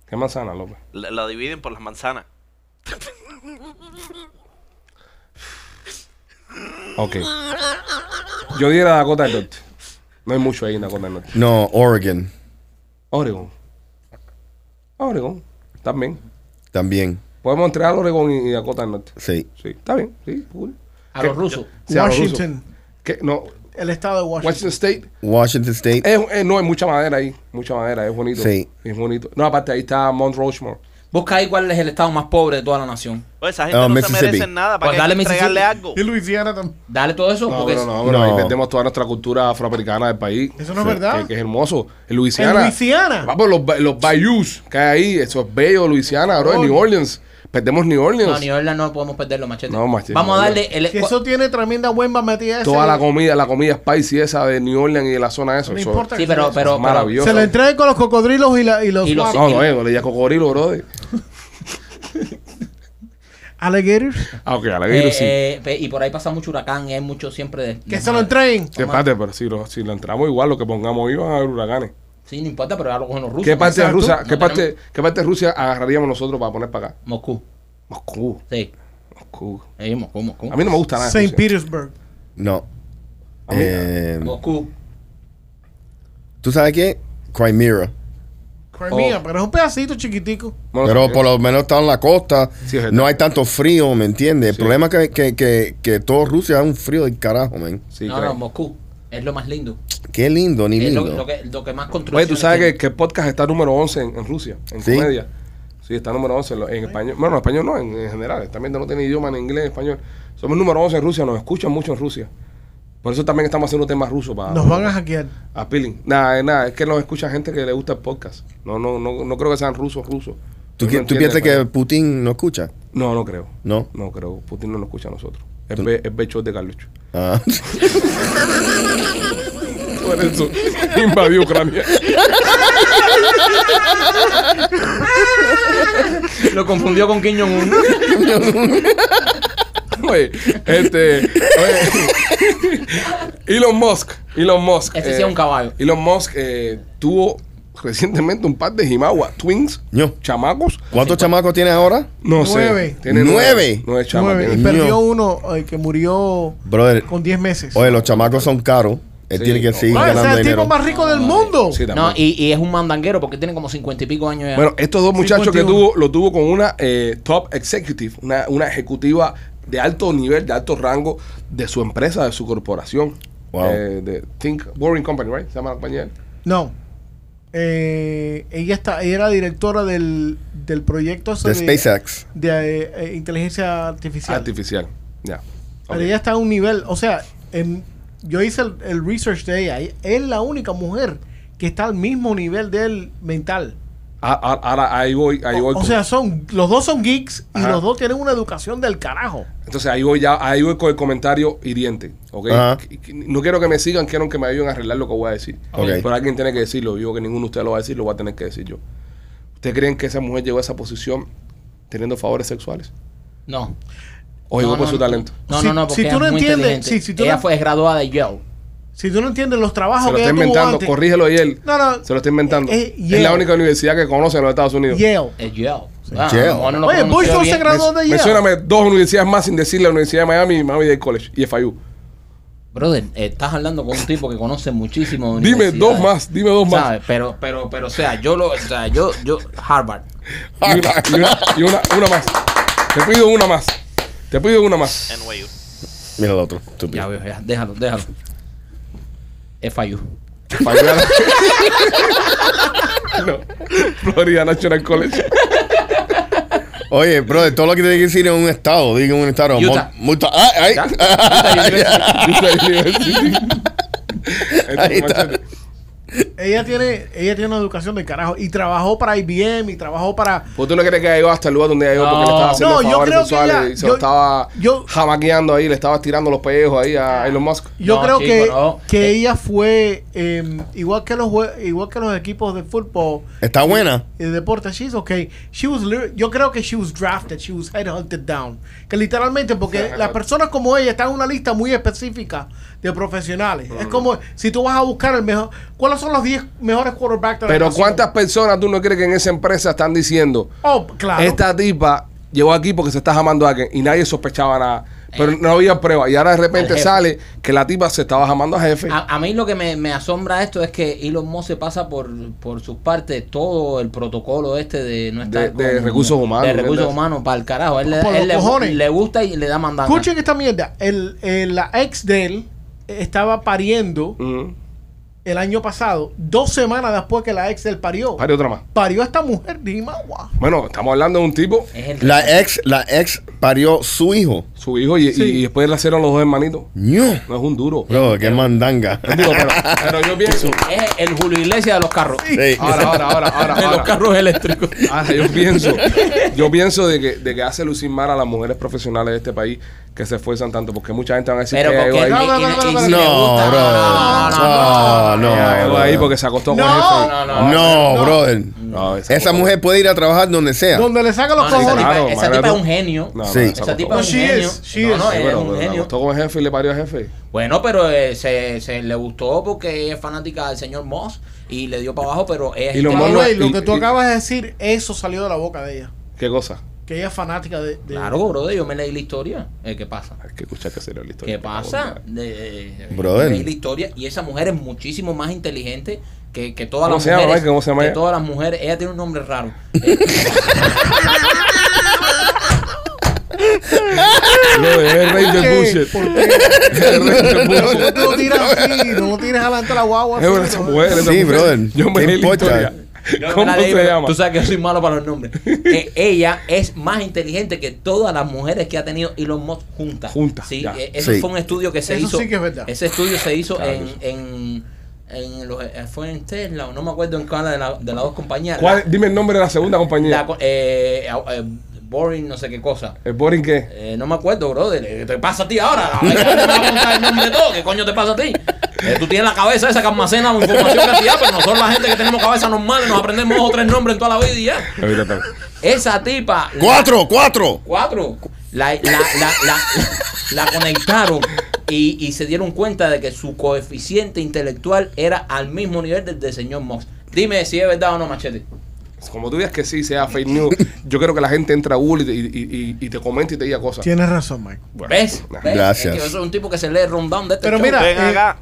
S1: ¿Qué manzana, López?
S5: La, la dividen por las manzanas.
S1: Ok. Yo diera Dakota del Norte. No hay mucho ahí en Dakota del Norte.
S4: No, Oregon.
S1: Oregón. Oregón. También.
S4: También.
S1: Podemos entregar Oregón y y Dakota del Norte.
S4: Sí.
S1: Sí, está bien. Sí, cool.
S2: A los rusos.
S1: Sí, a los rusos.
S3: Washington,
S1: ¿Qué? No,
S3: el estado de
S1: Washington
S3: Washington.
S1: State.
S4: Washington State.
S1: Es, es- no, hay mucha madera ahí. Mucha madera. Es bonito.
S4: Sí.
S1: Es bonito. No, aparte ahí está Mount Rushmore.
S2: Busca ahí cuál es el estado más pobre de toda la nación.
S5: Oye, Pues esa gente
S4: Ah,
S5: no
S4: Mississippi.
S5: se merecen nada.
S2: Pues
S5: ¿Para
S2: dale
S5: que entregarle algo?
S3: Y Luisiana también.
S2: Dale todo eso
S1: No,
S2: porque
S1: pero
S2: es-
S1: no, pero ahí
S4: No.
S1: perdemos toda nuestra cultura afroamericana del país.
S3: Eso no es verdad.
S1: Que, que es hermoso. En Luisiana.
S3: En Luisiana.
S1: Vamos, los, ba- los bayous que hay ahí. Eso es bello, Luisiana, bro. En New Orleans. Perdemos New Orleans.
S2: No, New Orleans no podemos perder los machetes.
S1: No, machete,
S2: Vamos a
S1: no,
S2: darle el.
S3: Que eso tiene tremenda buena metida. ese-
S1: toda la comida, la comida spicy esa de New Orleans y de la zona esa.
S3: No
S1: eso-
S3: importa.
S2: Sí, pero, pero, pero,
S1: Maravilloso.
S3: Se la entregue con los cocodrilos y, la, y los,
S2: Y los-
S3: guapos.
S1: No, no, eh, no le digas cocodrilo, bro.
S3: alligators.
S1: Ah, ok, a la
S2: Eh,
S1: sí.
S2: eh, pe- y por ahí pasa mucho huracán y hay mucho siempre de.
S3: Que
S2: de
S3: se lo
S2: madre.
S3: entreguen.
S1: ¿Qué parte? Pero si lo, si lo entramos igual, lo que pongamos ahí van a haber huracanes.
S2: Sí, no importa, pero algo con los rusos.
S1: ¿Qué parte, de
S2: Exacto.
S1: Rusia,
S2: No
S1: ¿qué, parte,
S2: tenemos-
S1: ¿Qué parte de Rusia agarraríamos nosotros para poner para acá?
S2: Moscú.
S1: Moscú,
S2: Sí.
S1: Moscú.
S2: Eh, Moscú, Moscú.
S1: A mí no me gusta nada. de
S3: St.
S1: Rusia.
S3: Petersburg.
S4: No.
S1: A mí-
S4: Eh,
S2: Moscú.
S4: ¿Tú sabes qué? Crimea.
S3: Crimea,
S1: Oh.
S3: pero es un pedacito chiquitico.
S1: Bueno,
S4: Pero
S1: sí.
S4: por lo menos está en la costa.
S1: Sí, es verdad.
S4: no hay tanto frío, ¿me entiendes? El problema es que, que, que, que todo Rusia es un frío del carajo, man.
S1: Sí,
S2: no,
S1: creo.
S2: no, Moscú. Es lo más lindo.
S4: Qué lindo, ni
S2: Es
S4: lindo.
S2: Eh, lo, lo que, lo que más construye.
S1: Oye, tú sabes que, que el podcast está número 11 en, en Rusia, en
S4: Sí.
S1: comedia. Sí, está número 11 en, lo- en español. Bueno, en español no, en, en general. También no tiene idioma en inglés, en español. Somos número 11 en Rusia, nos escuchan mucho en Rusia. Por eso también estamos haciendo temas rusos
S2: Ah,
S1: para...
S3: Nos van a hackear.
S1: Appealing. Nada, eh, nada, es que nos escucha gente que le gusta el podcast. No, no, no, no creo que sean rusos, rusos.
S4: ¿Tú,
S1: No
S4: qui- tú
S1: entienden,
S4: piensas que
S1: pero-
S4: Putin no escucha?
S1: No, no creo.
S4: No.
S1: No creo. Putin no nos escucha a nosotros. Es, be, es becho de Carlucho.
S4: Ah.
S1: por eso invadió Ucrania.
S2: Lo confundió con Kim Jong-un.
S1: Oye, este. oye, Elon Musk. Elon Musk. eh,
S2: Ese sí es un caballo.
S1: Elon Musk eh, tuvo recientemente un par de Jimawa Twins.
S4: Yo.
S1: Chamacos.
S4: ¿Cuántos chamacos tienes ahora?
S1: No
S3: Nueve.
S1: sé. Tiene
S4: Nueve.
S1: Nueve chamacos.
S3: Nueve.
S1: tiene.
S3: Y
S4: Nueve.
S3: perdió uno ay, que murió
S4: Brother,
S3: con 10 meses.
S4: oye, los chamacos son caros. Él
S1: Sí.
S4: tiene que seguir
S3: Ah, ese es el
S4: ganando
S3: tipo
S4: dinero.
S3: más rico del mundo.
S1: Sí, también.
S2: No, y, y es un mandanguero porque tiene como cincuenta y pico años ya.
S1: Bueno, estos dos muchachos que
S3: 51.
S1: tuvo, lo tuvo con una eh, top executive, una, una ejecutiva de alto nivel, de alto rango de su empresa, de su corporación.
S4: Wow.
S1: Eh, de Think Boring Company, ¿right? Se llama la compañía.
S3: No. Eh, ella está, ella era directora del, del proyecto ese
S4: De SpaceX.
S3: de, eh, eh, inteligencia artificial.
S1: Artificial. Ya.
S3: Pero
S1: Ok.
S3: ella está a un nivel, o sea, en- yo hice el, el research de ella. y Es la única mujer que está al mismo nivel de él mental.
S1: Ah, ah, Ahora ahí voy, ahí voy.
S3: O, o
S1: con-
S3: sea, son los dos son geeks y
S1: Ajá.
S3: los dos tienen una educación del carajo.
S1: Entonces ahí voy ya, ahí voy con el comentario hiriente, ¿ok?
S4: Ajá.
S1: Que- que- No quiero que me sigan, quiero que me ayuden a arreglar lo que voy a decir.
S4: Ok.
S1: Pero alguien tiene que decirlo, yo que ninguno de ustedes lo va a decir, lo voy a tener que decir yo. ¿Ustedes creen que esa mujer llegó a esa posición teniendo favores sexuales?
S2: no.
S1: ¿O
S2: no,
S1: llegó
S2: no,
S1: por su
S2: no.
S1: talento?
S2: No,
S3: Si-
S2: no, no, porque
S3: si tú
S2: ella
S3: no
S2: es muy
S3: entiendes-
S2: inteligente.
S3: si- si tú
S2: ella
S3: no-
S2: fue graduada de Yale.
S3: Si tú no entiendes los trabajos
S1: Se lo
S3: que
S1: está
S3: ella Ah, tuvo
S1: inventando,
S3: antes-
S1: corrígelo Yale.
S3: No, no.
S1: Se lo está inventando.
S3: Eh, eh,
S1: es la
S3: Yale.
S1: única universidad que conoce en los Estados Unidos.
S3: Yale.
S2: Es Yale. Ah,
S4: Yale.
S2: a lo mejor no lo
S3: Oye, Bush
S2: pronunció
S3: no se
S2: bien.
S3: graduó de Yale.
S1: Mencióname dos universidades más sin decir la Universidad de Miami y Miami Dade College y FIU.
S2: Brother, eh, estás hablando con un tipo que conoce muchísimo de
S1: Dime dos
S2: universidades.
S1: más, dime dos más.
S2: ¿Sabes? Pero, pero, pero, o sea, yo lo, o sea, yo, yo, Harvard.
S1: Y una, y una, y una- una más. Te pido una más. Te pido una más.
S3: eh,
S5: NYU.
S4: Mira el otro.
S2: Ya
S4: estúpido.
S2: veo, ya, déjalo, déjalo. FIU.
S1: Florida- no. Florida National College.
S4: Oye, brother, todo lo que tiene que decir es un estado. Diga un estado. Mon-
S2: Utah.
S4: Multa. Ah, ay.
S2: Ya.
S1: Utah University. Este
S4: Ahí
S1: es
S4: está.
S1: machete.
S3: Ella tiene, ella tiene una educación del carajo y trabajó para IBM y trabajó para
S1: ¿Por qué Pues tú no crees que haya ido hasta el lugar donde llegó porque le estaba
S2: No.
S1: haciendo
S3: No, yo
S1: favores
S3: creo que
S1: sexuales
S3: ella-
S1: y se lo
S3: yo-
S1: estaba
S3: yo-
S1: jamaqueando ahí, le estaba tirando los pellejos ahí a Elon Musk?
S3: Yo
S2: No,
S3: creo
S2: chico,
S3: que,
S2: no.
S3: que
S2: Eh.
S3: ella fue eh, igual que los jue- igual que los equipos de fútbol
S4: Está buena.
S3: y de deporte. She's okay. She was lir- yo creo que she was drafted, she was headhunted down. Que literalmente porque las personas como ella están en una lista muy específica de profesionales. Es como si tú vas a buscar el mejor ¿Cuáles son los 10 mejores quarterbacks de la
S1: Pero
S3: nación?
S1: ¿cuántas personas tú no crees que en esa empresa están diciendo?
S3: Oh, claro.
S2: Este
S1: Esta tipa llegó aquí porque se está jamando a alguien y nadie sospechaba nada. Pero no había prueba. Y ahora de repente
S2: jefe. Ah.
S1: sale que la tipa se estaba jamando a jefe.
S2: A, a mí lo que me, me asombra esto es que Elon Musk se pasa por, por sus partes todo el protocolo este de no estar
S1: De- de recursos humanos,
S2: De recursos
S1: ¿verdad?
S2: humanos para el carajo. Él, le,
S3: Por
S2: él
S3: los
S2: le-
S3: cojones.
S2: le gusta y le da mandanga.
S3: Escuchen esta mierda. El, el- la ex de él estaba pariendo
S1: Mm.
S3: el año pasado, dos semanas después que la ex del parió.
S1: Pare otra más.
S3: parió esta mujer de Imagua.
S1: Bueno, estamos hablando de un tipo,
S2: Es el-
S4: La ex, la ex parió su hijo.
S1: su hijo, y, y-
S3: Sí.
S1: y después le hicieron los dos hermanitos.
S4: Ño.
S1: No es un duro.
S4: Bro, qué mandanga.
S1: Un duro, pero, pero yo pienso.
S2: es el Julio Iglesias de los carros.
S4: Sí.
S1: Ahora, ahora, ahora, ahora.
S2: de los
S1: ahora.
S2: carros eléctricos.
S1: Ahora, yo pienso, yo pienso de que, de que hace lucir mal a las mujeres profesionales de este país que se esfuerzan tanto, porque mucha gente van a decir
S2: Pero
S1: que
S2: porque
S1: ahí,
S3: no, no, no, no,
S2: si le
S4: No,
S2: gusta-
S4: bro.
S2: no, no, no, no.
S4: No,
S1: "Ay,
S4: no.
S1: llegó ahí
S4: bro.
S1: porque se acostó con
S3: No.
S1: jefe.
S2: No, no,
S4: No, brother.
S1: No,
S4: Esa
S1: cosa-
S4: mujer puede ir a trabajar donde sea.
S3: Donde le saca los
S2: No, esa
S3: cojones.
S1: claro,
S2: tipa- esa tipa
S1: Margarita.
S2: es un genio.
S1: No, no,
S4: Sí.
S1: se
S4: Esa
S2: Esa
S1: acostó
S2: tipa
S1: con-
S2: es
S3: No,
S2: un
S3: she
S2: genio.
S3: is, she
S2: no,
S3: is.
S2: no,
S1: Sí, pero, pues,
S2: ella es un
S1: pero se
S2: genio.
S1: acostó con jefe y le parió a jefe.
S2: Bueno, pero eh, se, se le gustó porque es fanática del señor Moss y le dio para abajo, pero ella es
S1: Y lo
S2: inteligente.
S1: más
S3: Güey, lo
S1: y-
S3: que tú
S1: y-
S3: acabas de decir, eso salió de la boca de ella.
S1: ¿Qué cosa?
S3: Que ella es fanática de. de-
S2: Claro, brother, yo me leí la historia. Eh, ¿Qué pasa?
S1: Hay que escuchar que sería la historia.
S2: ¿Qué pasa? De- eh,
S4: Brother.
S2: me leí la historia y esa mujer es muchísimo más inteligente que, que todas
S1: ¿Cómo
S2: las
S1: se llama,
S2: mujeres.
S1: Mike? ¿Cómo se llama
S2: que
S1: ella?
S2: todas las mujeres. Ella tiene un nombre raro. Eh,
S1: Lo de es rey
S3: ¿Por
S1: del
S3: qué?
S1: bullshit.
S3: ¿Por qué?
S1: Es rey del
S3: ¿Por qué
S1: bullshit.
S3: tú Pues, lo tiras así? No lo tires adelante la guagua.
S1: Es
S3: así,
S1: una esa
S3: ¿no?
S1: mujer, esa
S4: Sí,
S1: mujer.
S4: brother.
S1: Yo me leí
S4: ¿Qué
S1: la
S4: importa?
S1: historia.
S2: yo me
S1: ¿Cómo
S2: la leí,
S1: se
S2: pero
S1: llama?
S2: Tú sabes que yo soy malo para los nombres. Eh, ella es más inteligente que todas las mujeres que ha tenido Elon Musk juntas.
S1: Juntas,
S2: Sí,
S1: ya.
S2: eh, eso
S4: Sí.
S2: fue un estudio que se
S3: Eso
S2: hizo.
S3: sí que es verdad.
S2: Ese estudio se hizo
S1: Claro
S2: en, en, en los- eh, fue en Tesla, o no me acuerdo en cuál de, la- de las dos compañías.
S1: ¿Cuál- Dime el nombre de la segunda
S2: La-
S1: compañía.
S2: la co- eh, au- eh, boring, no sé qué cosa.
S1: ¿El Boring qué?
S2: Eh, no me acuerdo, brother. Eh, ¿Qué te pasa a ti ahora? Ay, ¿cómo te vas a contar el nombre de todo? ¿Qué coño te pasa a ti? Eh, tú tienes la cabeza esa que almacena información cantidad, pero nosotros la gente que tenemos cabeza normal nos aprendemos dos o tres nombres en toda la vida y ya.
S1: Ahorita está.
S2: Esa tipa, la-
S4: Cuatro, cuatro.
S2: cuatro, la, la, la, la, la conectaron y, y se dieron cuenta de que su coeficiente intelectual era al mismo nivel del del señor Mox. Dime si es verdad o no, Machete.
S1: Como tú digas que sí, sea fake news, yo creo que la gente entra a Google y te, y- y- y te comenta y te diga cosas.
S3: Tienes razón, Mike.
S1: Bueno,
S2: ¿Ves?
S1: nah.
S2: ¿Ves?
S4: Gracias.
S2: Es que yo soy un tipo que se lee rundown de este
S3: Pero
S2: show.
S3: mira,
S5: Ven
S3: eh,
S5: acá.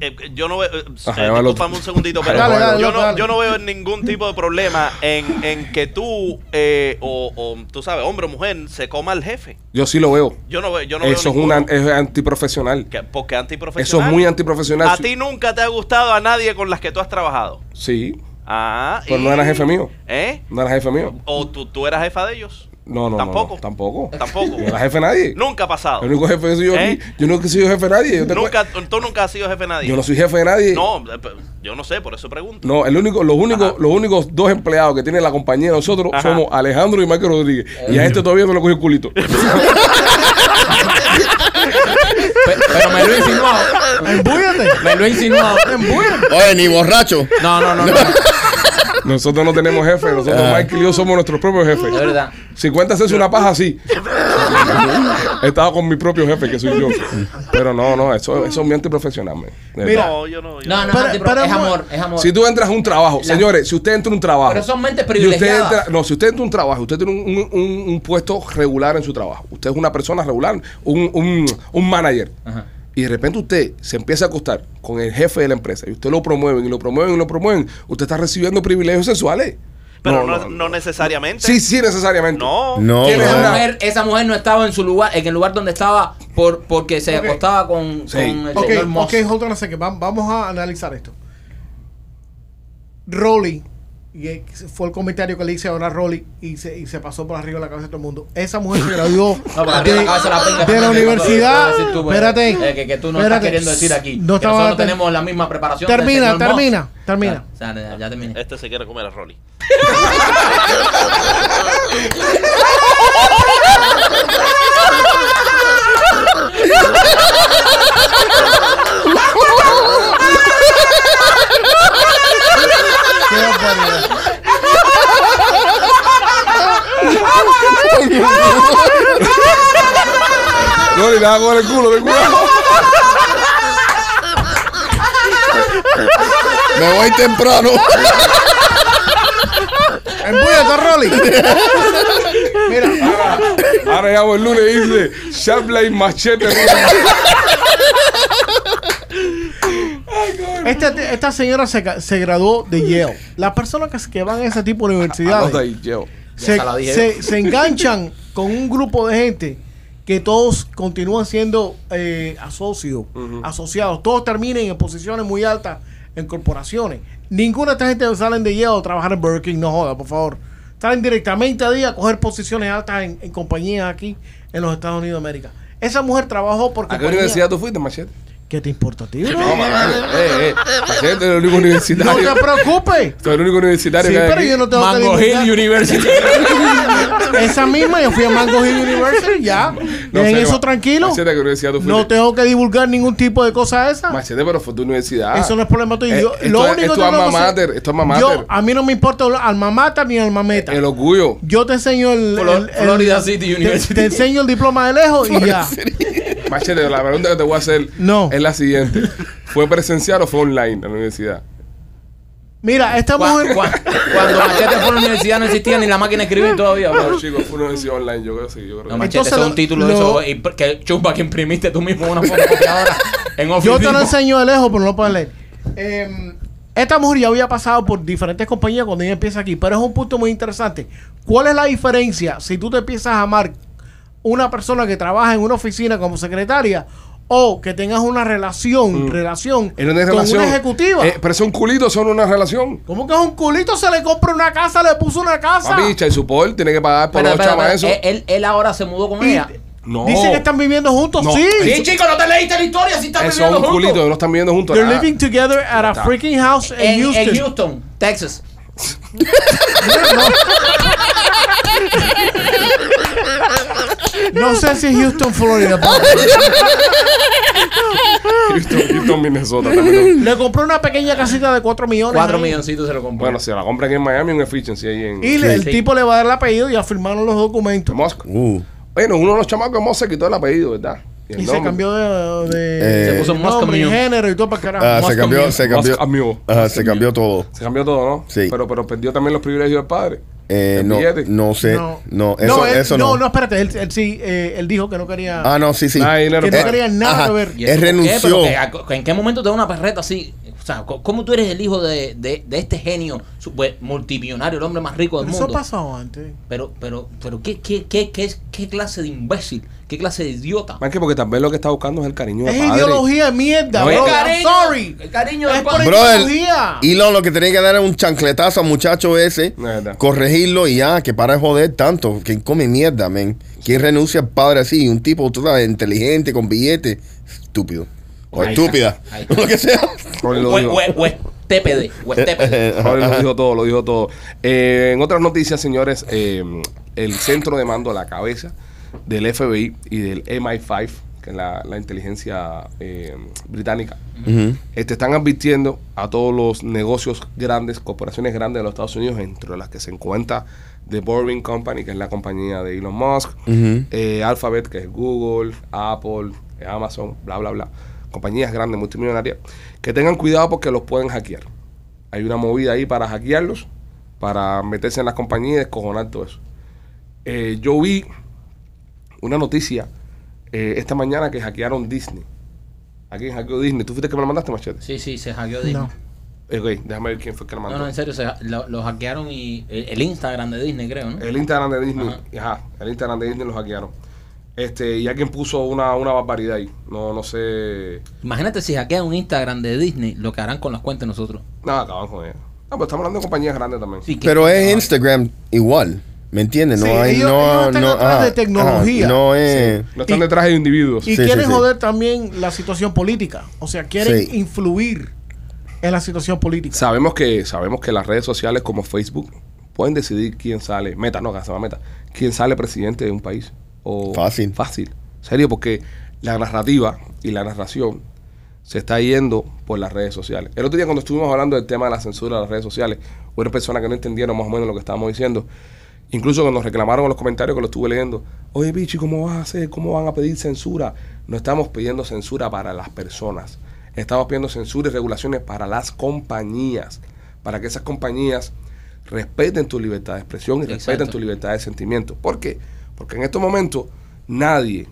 S5: Eh, eh, yo no veo. eh,
S1: Ajá,
S5: eh,
S1: llévalo
S5: discúlpame
S1: tú.
S5: un segundito, pero
S1: Dale,
S3: dale,
S5: yo,
S3: loco,
S5: no,
S3: dale.
S5: yo no veo ningún tipo de problema en, en que tú, eh, o, o, tú sabes, hombre o mujer, se coma al jefe.
S1: Yo sí lo veo.
S5: Yo no veo. Yo no
S1: Eso
S5: veo
S1: es,
S5: ninguno.
S1: una, es antiprofesional.
S5: Que- porque
S1: Eso
S5: antiprofesional.
S1: es muy antiprofesional.
S5: A ti nunca te ha gustado a nadie con las que tú has trabajado.
S1: Sí.
S5: Ah,
S1: Pero
S5: y-
S1: Pues no era jefe mío.
S5: ¿Eh?
S1: No era jefe mío.
S5: ¿O tú, tú eras jefa de ellos?
S1: No, no, no,
S5: Tampoco.
S1: no, tampoco.
S5: Tampoco.
S1: No era jefe de nadie.
S5: Nunca ha pasado.
S1: El único jefe que soy yo
S5: ¿Eh?
S1: aquí. Yo nunca he sido jefe de nadie. Yo, te
S5: Nunca, tú nunca has sido jefe de
S1: cu-
S5: nadie.
S1: yo no soy jefe de nadie.
S5: No, eh, pe- yo no sé, por eso pregunto.
S1: No, el único, los únicos,
S5: Ajá.
S1: los únicos dos empleados que tiene la compañía de nosotros
S5: Ajá.
S1: somos Alejandro y Michael Rodríguez. y a este todavía no le cogió el culito.
S2: Pe- pero me lo he insinuado.
S3: embúyate.
S2: Me lo he insinuado.
S4: Oye, ni borracho.
S2: No, no, no, no.
S1: nosotros no tenemos jefe, nosotros
S4: Ah.
S1: Michael y yo somos nuestros propios jefes.
S2: De verdad.
S1: Si cuentas es una paja, sí. Estaba con mi propio jefe, que soy yo. Pero no, no, eso, eso es mi antiprofesional. man. De
S3: Mira,
S1: verdad.
S5: No, yo no. yo
S2: No, no,
S3: Pero-
S2: no,
S3: pero
S2: es
S3: amor-
S2: amor, es amor.
S1: si tú entras a un trabajo,
S2: La-
S1: señores, si usted entra a un trabajo.
S2: Pero son mentes
S1: Y usted
S2: privilegiadas.
S1: entra- no, si usted entra a un trabajo, usted tiene un, un- un- un puesto regular en su trabajo. Usted es una persona regular, un, un- un manager.
S2: Ajá.
S1: Y de repente usted se empieza a acostar con el jefe de la empresa y usted lo promueven y lo promueven y lo promueven. Usted está recibiendo privilegios sexuales.
S5: no. Pero no, no necesariamente.
S1: Sí, sí, necesariamente.
S5: No.
S4: No,
S1: ¿Quién es
S2: Esa
S1: una-
S4: bro.
S2: mujer, esa mujer no estaba en su lugar, en el lugar donde estaba por porque se
S3: Ok.
S2: acostaba con,
S1: Sí.
S2: con el
S3: Ok,
S2: señor Moss.
S3: ok, hold on a second. Vam- Vamos a analizar esto. Rolly, y eh, fue el comentario que le hice ahora a Rolly y se, y se pasó por arriba de la cabeza de todo el mundo. Esa mujer se graduó
S2: por
S3: de,
S2: arriba de la cabeza la pinga,
S3: de la
S2: Fernando,
S3: universidad.
S2: lo puedes decir tú, pues,
S3: espérate.
S2: eh, que, que tú no
S3: espérate.
S2: estás queriendo decir aquí.
S3: No
S2: que
S3: estaba
S2: nosotros tenemos la misma preparación. del
S3: Termina,
S2: señor Moss.
S3: termina, termina.
S2: O sea, ya, ya terminé.
S5: Este se quiere comer a Rolly.
S3: Qué barbaridad.
S1: No, ni nada con el culo, ten cuidado.
S4: Me voy temprano.
S3: Embúyate, Rolly. Mira,
S1: Ahora- Ahora llamo el lunes y dice, Sharplay Machete.
S3: esta, esta señora se, ca- se graduó de Yale. Las personas que, se- que van a ese tipo de universidades.
S1: Anota ahí, Cheo.
S3: se,
S2: esa la dije
S3: se- se enganchan con un grupo de gente que todos continúan siendo eh, asocios, asociados. Todos terminan en posiciones muy altas en corporaciones. Ninguna de estas gente salen de Yale a trabajar en Burger King, no joda, por favor. Salen directamente a día a coger posiciones altas en, en compañías aquí en los Estados Unidos de América. Esa mujer trabajó por
S1: ¿A qué
S3: compañía-
S1: universidad tú fuiste, Machete?
S3: ¿Qué te importa a ti, bro?
S1: No, machete. Eh, eh. Machete es el único
S3: No
S1: universitario.
S3: te preocupes.
S1: Soy el único universitario
S3: Sí,
S1: que hay
S3: pero
S1: aquí.
S3: yo no tengo que
S2: Mango
S3: disfrutar.
S2: Hill University.
S3: Esa misma, yo fui a Mango Hill University, ya.
S1: No,
S3: Dejen
S1: serio,
S3: eso
S1: ma-
S3: tranquilo.
S1: Machete, ¿a qué universidad tú
S3: No
S1: fuiste?
S3: tengo que divulgar ningún tipo de cosa esa.
S1: Machete, pero fue tu universidad.
S3: Eso no es problema tuyo.
S1: Eh,
S3: Yo-
S1: esto
S3: lo
S1: es-
S3: único
S1: esto
S3: que
S1: es alma
S3: tengo que hacer-
S1: mater, esto es alma mater. Eh,
S3: Yo, Ah, a mí no me importa hablar alma mater ni alma meta.
S1: El orgullo.
S3: Yo te enseño el,
S2: Flor-
S3: el- el-
S2: Florida City
S3: te-
S2: University.
S3: Te, enseño el diploma de lejos y ya.
S1: Machete, la pregunta que te voy a hacer
S3: No.
S1: es la siguiente. ¿Fue presencial o fue online la universidad?
S3: Mira, esta
S2: Cu-
S3: mujer.
S2: cu- Cuando Machete fue a la universidad no existía ni la máquina de escribir todavía, bro.
S1: No, chicos, fue una universidad online. Yo creo que sí. Yo creo que
S2: No,
S1: sí.
S2: Machete,
S3: Entonces,
S2: eso es un
S3: lo-
S2: título de eso
S3: lo-
S2: impr- que chumba que imprimiste tú mismo en una fotocopiadora en Office
S3: Yo te lo
S2: Depot.
S3: enseño de lejos, pero no lo puedes leer.
S1: Em,
S3: Eh, esta mujer ya había pasado por diferentes compañías cuando ella empieza aquí, pero es un punto muy interesante. ¿Cuál es la diferencia si tú te empiezas a amar una persona que trabaja en una oficina como secretaria o que tengas una relación,
S1: Mm.
S3: relación,
S1: ¿En una
S3: con
S1: relación?
S3: una ejecutiva?
S1: Eh, pero son culitos, son una relación.
S3: ¿Cómo que es un culito? Se le compra una casa, le puso una casa.
S1: Papi, Chai Support tiene que pagar por
S2: Espera,
S1: los
S2: espera,
S1: chamas eso. Eh,
S2: espera. Eh, Él, él- él ahora se mudó con
S3: Y-
S2: ella.
S1: No.
S3: Dicen que están viviendo juntos,
S1: No, eh,
S3: sí.
S2: Sí, chico, no te leíste la historia si estás
S1: eso es
S2: viviendo
S1: un culito,
S2: juntos.
S1: no están viviendo juntos.
S3: They're
S1: Ah,
S3: living together at a freaking house in
S2: En,
S3: Houston.
S2: en Houston, Texas.
S3: No sé si es Houston, Florida. pero-
S1: Houston, Houston, Compton, Minnesota. también.
S3: Le compró una pequeña casita de 4 millones.
S2: Cuatro
S3: ahí.
S2: milloncitos se lo compró.
S1: Bueno, si la compran en Miami, un efficiency ahí en
S3: Y le- el
S2: Sí.
S3: tipo le va a dar el apellido y a firmaron los documentos.
S1: Moscow.
S4: Uh.
S1: Bueno, uno de los chamacos de Moscow se quitó el apellido, ¿verdad? el
S3: Y se
S1: nombre.
S3: cambió de,
S4: Eh,
S3: de
S4: Se
S2: puso más
S3: nombre,
S2: camión.
S3: género y todo para carajo.
S4: Ah,
S2: Más
S4: se cambió,
S2: cambió.
S4: se
S1: Más
S4: cambió.
S1: cambió.
S4: Ajá, se cambió todo.
S1: Se cambió todo, ¿no?
S4: Sí.
S1: Pero, pero perdió también los privilegios del padre.
S4: Eh,
S1: El
S4: no,
S1: billete.
S4: no sé. No, eso,
S3: él-
S4: eso no.
S3: No, espérate. Él, él sí, eh, él dijo que no quería.
S4: Ah, no, sí, sí.
S1: Nada de dinero
S3: Que no
S1: para-
S3: quería nada
S4: Ajá.
S3: que ver.
S2: ¿Y eso
S4: Él
S2: por qué?
S4: renunció.
S2: Pero que a- que ¿En qué momento te da una perreta así? O sea, co- ¿cómo tú eres el hijo de, de- de este genio super- multimillonario, el hombre más rico del
S3: Pero
S2: mundo?
S3: eso pasó antes.
S2: Pero, pero, pero, ¿qué, qué, qué, qué, es- qué clase de imbécil? ¿Qué clase de idiota?
S1: Más que porque tal vez lo que está buscando es el cariño del
S3: Es
S1: padre.
S3: ideología de mierda,
S1: No,
S3: bro.
S1: el
S3: I'm sorry.
S2: El cariño
S3: Es
S2: del
S3: por
S2: padre.
S4: Brother,
S3: ideología.
S4: Elon lo que tenía que dar era un chancletazo al muchacho ese,
S1: No, verdad.
S4: corregirlo y ya, que para de joder tanto. ¿Quién come mierda, men? ¿Quién renuncia al padre así? Un tipo, tú sabes, inteligente, con billete. Estúpido. O
S2: Ahí
S4: estúpida.
S2: está, ahí está.
S4: Lo que sea.
S1: Rolly lo
S2: O-
S1: dijo.
S2: o- o es TPD, o es TPD.
S1: Rolly lo dijo todo, lo dijo todo. Eh, en otras noticias, señores, eh, el centro de mando, la cabeza del FBI y del MI5, que es la, la inteligencia eh, británica,
S4: Ujú.
S1: eh, te están advirtiendo a todos los negocios grandes, corporaciones grandes de los Estados Unidos, entre las que se encuentra The Boring Company, que es la compañía de Elon Musk,
S4: Ujú.
S1: eh, Alphabet, que es Google, Apple, Amazon, bla, bla, bla. Compañías grandes, multimillonarias, que tengan cuidado porque los pueden hackear. Hay una movida ahí para hackearlos, para meterse en las compañías y descojonar todo eso. Eh, yo vi una noticia eh, esta mañana que hackearon Disney. ¿A quién hackeó Disney? ¿Tú fuiste que me la mandaste, machete?
S2: Sí, sí, se hackeó Disney.
S3: No.
S2: No.
S1: Eh, Ok, déjame ver quién fue que la mandó.
S2: No, en serio, se, lo, lo hackearon y el, el Instagram de Disney, creo, ¿no?
S1: El Instagram de Disney. Ajá. el Instagram de Disney lo hackearon. Este, y alguien puso una, una barbaridad ahí. No, no sé.
S2: Imagínate si hackean un Instagram de Disney, lo que harán con las cuentas de nosotros.
S1: Nada, acaban con ella. No, pero estamos hablando de compañías grandes también.
S2: Sí, que-
S4: Pero es Instagram igual. ¿Me entiendes? No
S3: Sí,
S4: hay.
S3: ellos-
S4: no,
S3: ellos están
S4: no,
S3: atrás de tecnología.
S4: no es.
S1: No están
S3: Y-
S1: detrás de individuos.
S3: Y
S4: Sí,
S3: quieren
S4: sí, sí.
S3: joder también la situación política. O sea, quieren
S4: Sí.
S3: influir en la situación política.
S1: Sabemos que, sabemos que las redes sociales como Facebook pueden decidir quién sale, meta, no, que se llama meta, quién sale presidente de un país. O
S4: Fácil.
S1: Fácil. Serio, porque la narrativa y la narración se está yendo por las redes sociales. El otro día cuando estuvimos hablando del tema de la censura de las redes sociales, hubo personas que no entendieron más o menos lo que estábamos diciendo. Incluso cuando nos reclamaron en los comentarios que lo estuve leyendo, oye Pichi, ¿cómo vas a hacer? ¿Cómo van a pedir censura? No estamos pidiendo censura para las personas. Estamos pidiendo censura y regulaciones para las compañías, para que esas compañías respeten tu libertad de expresión y respeten
S2: Exacto.
S1: tu libertad de sentimiento. ¿Por qué? Porque en estos momentos nadie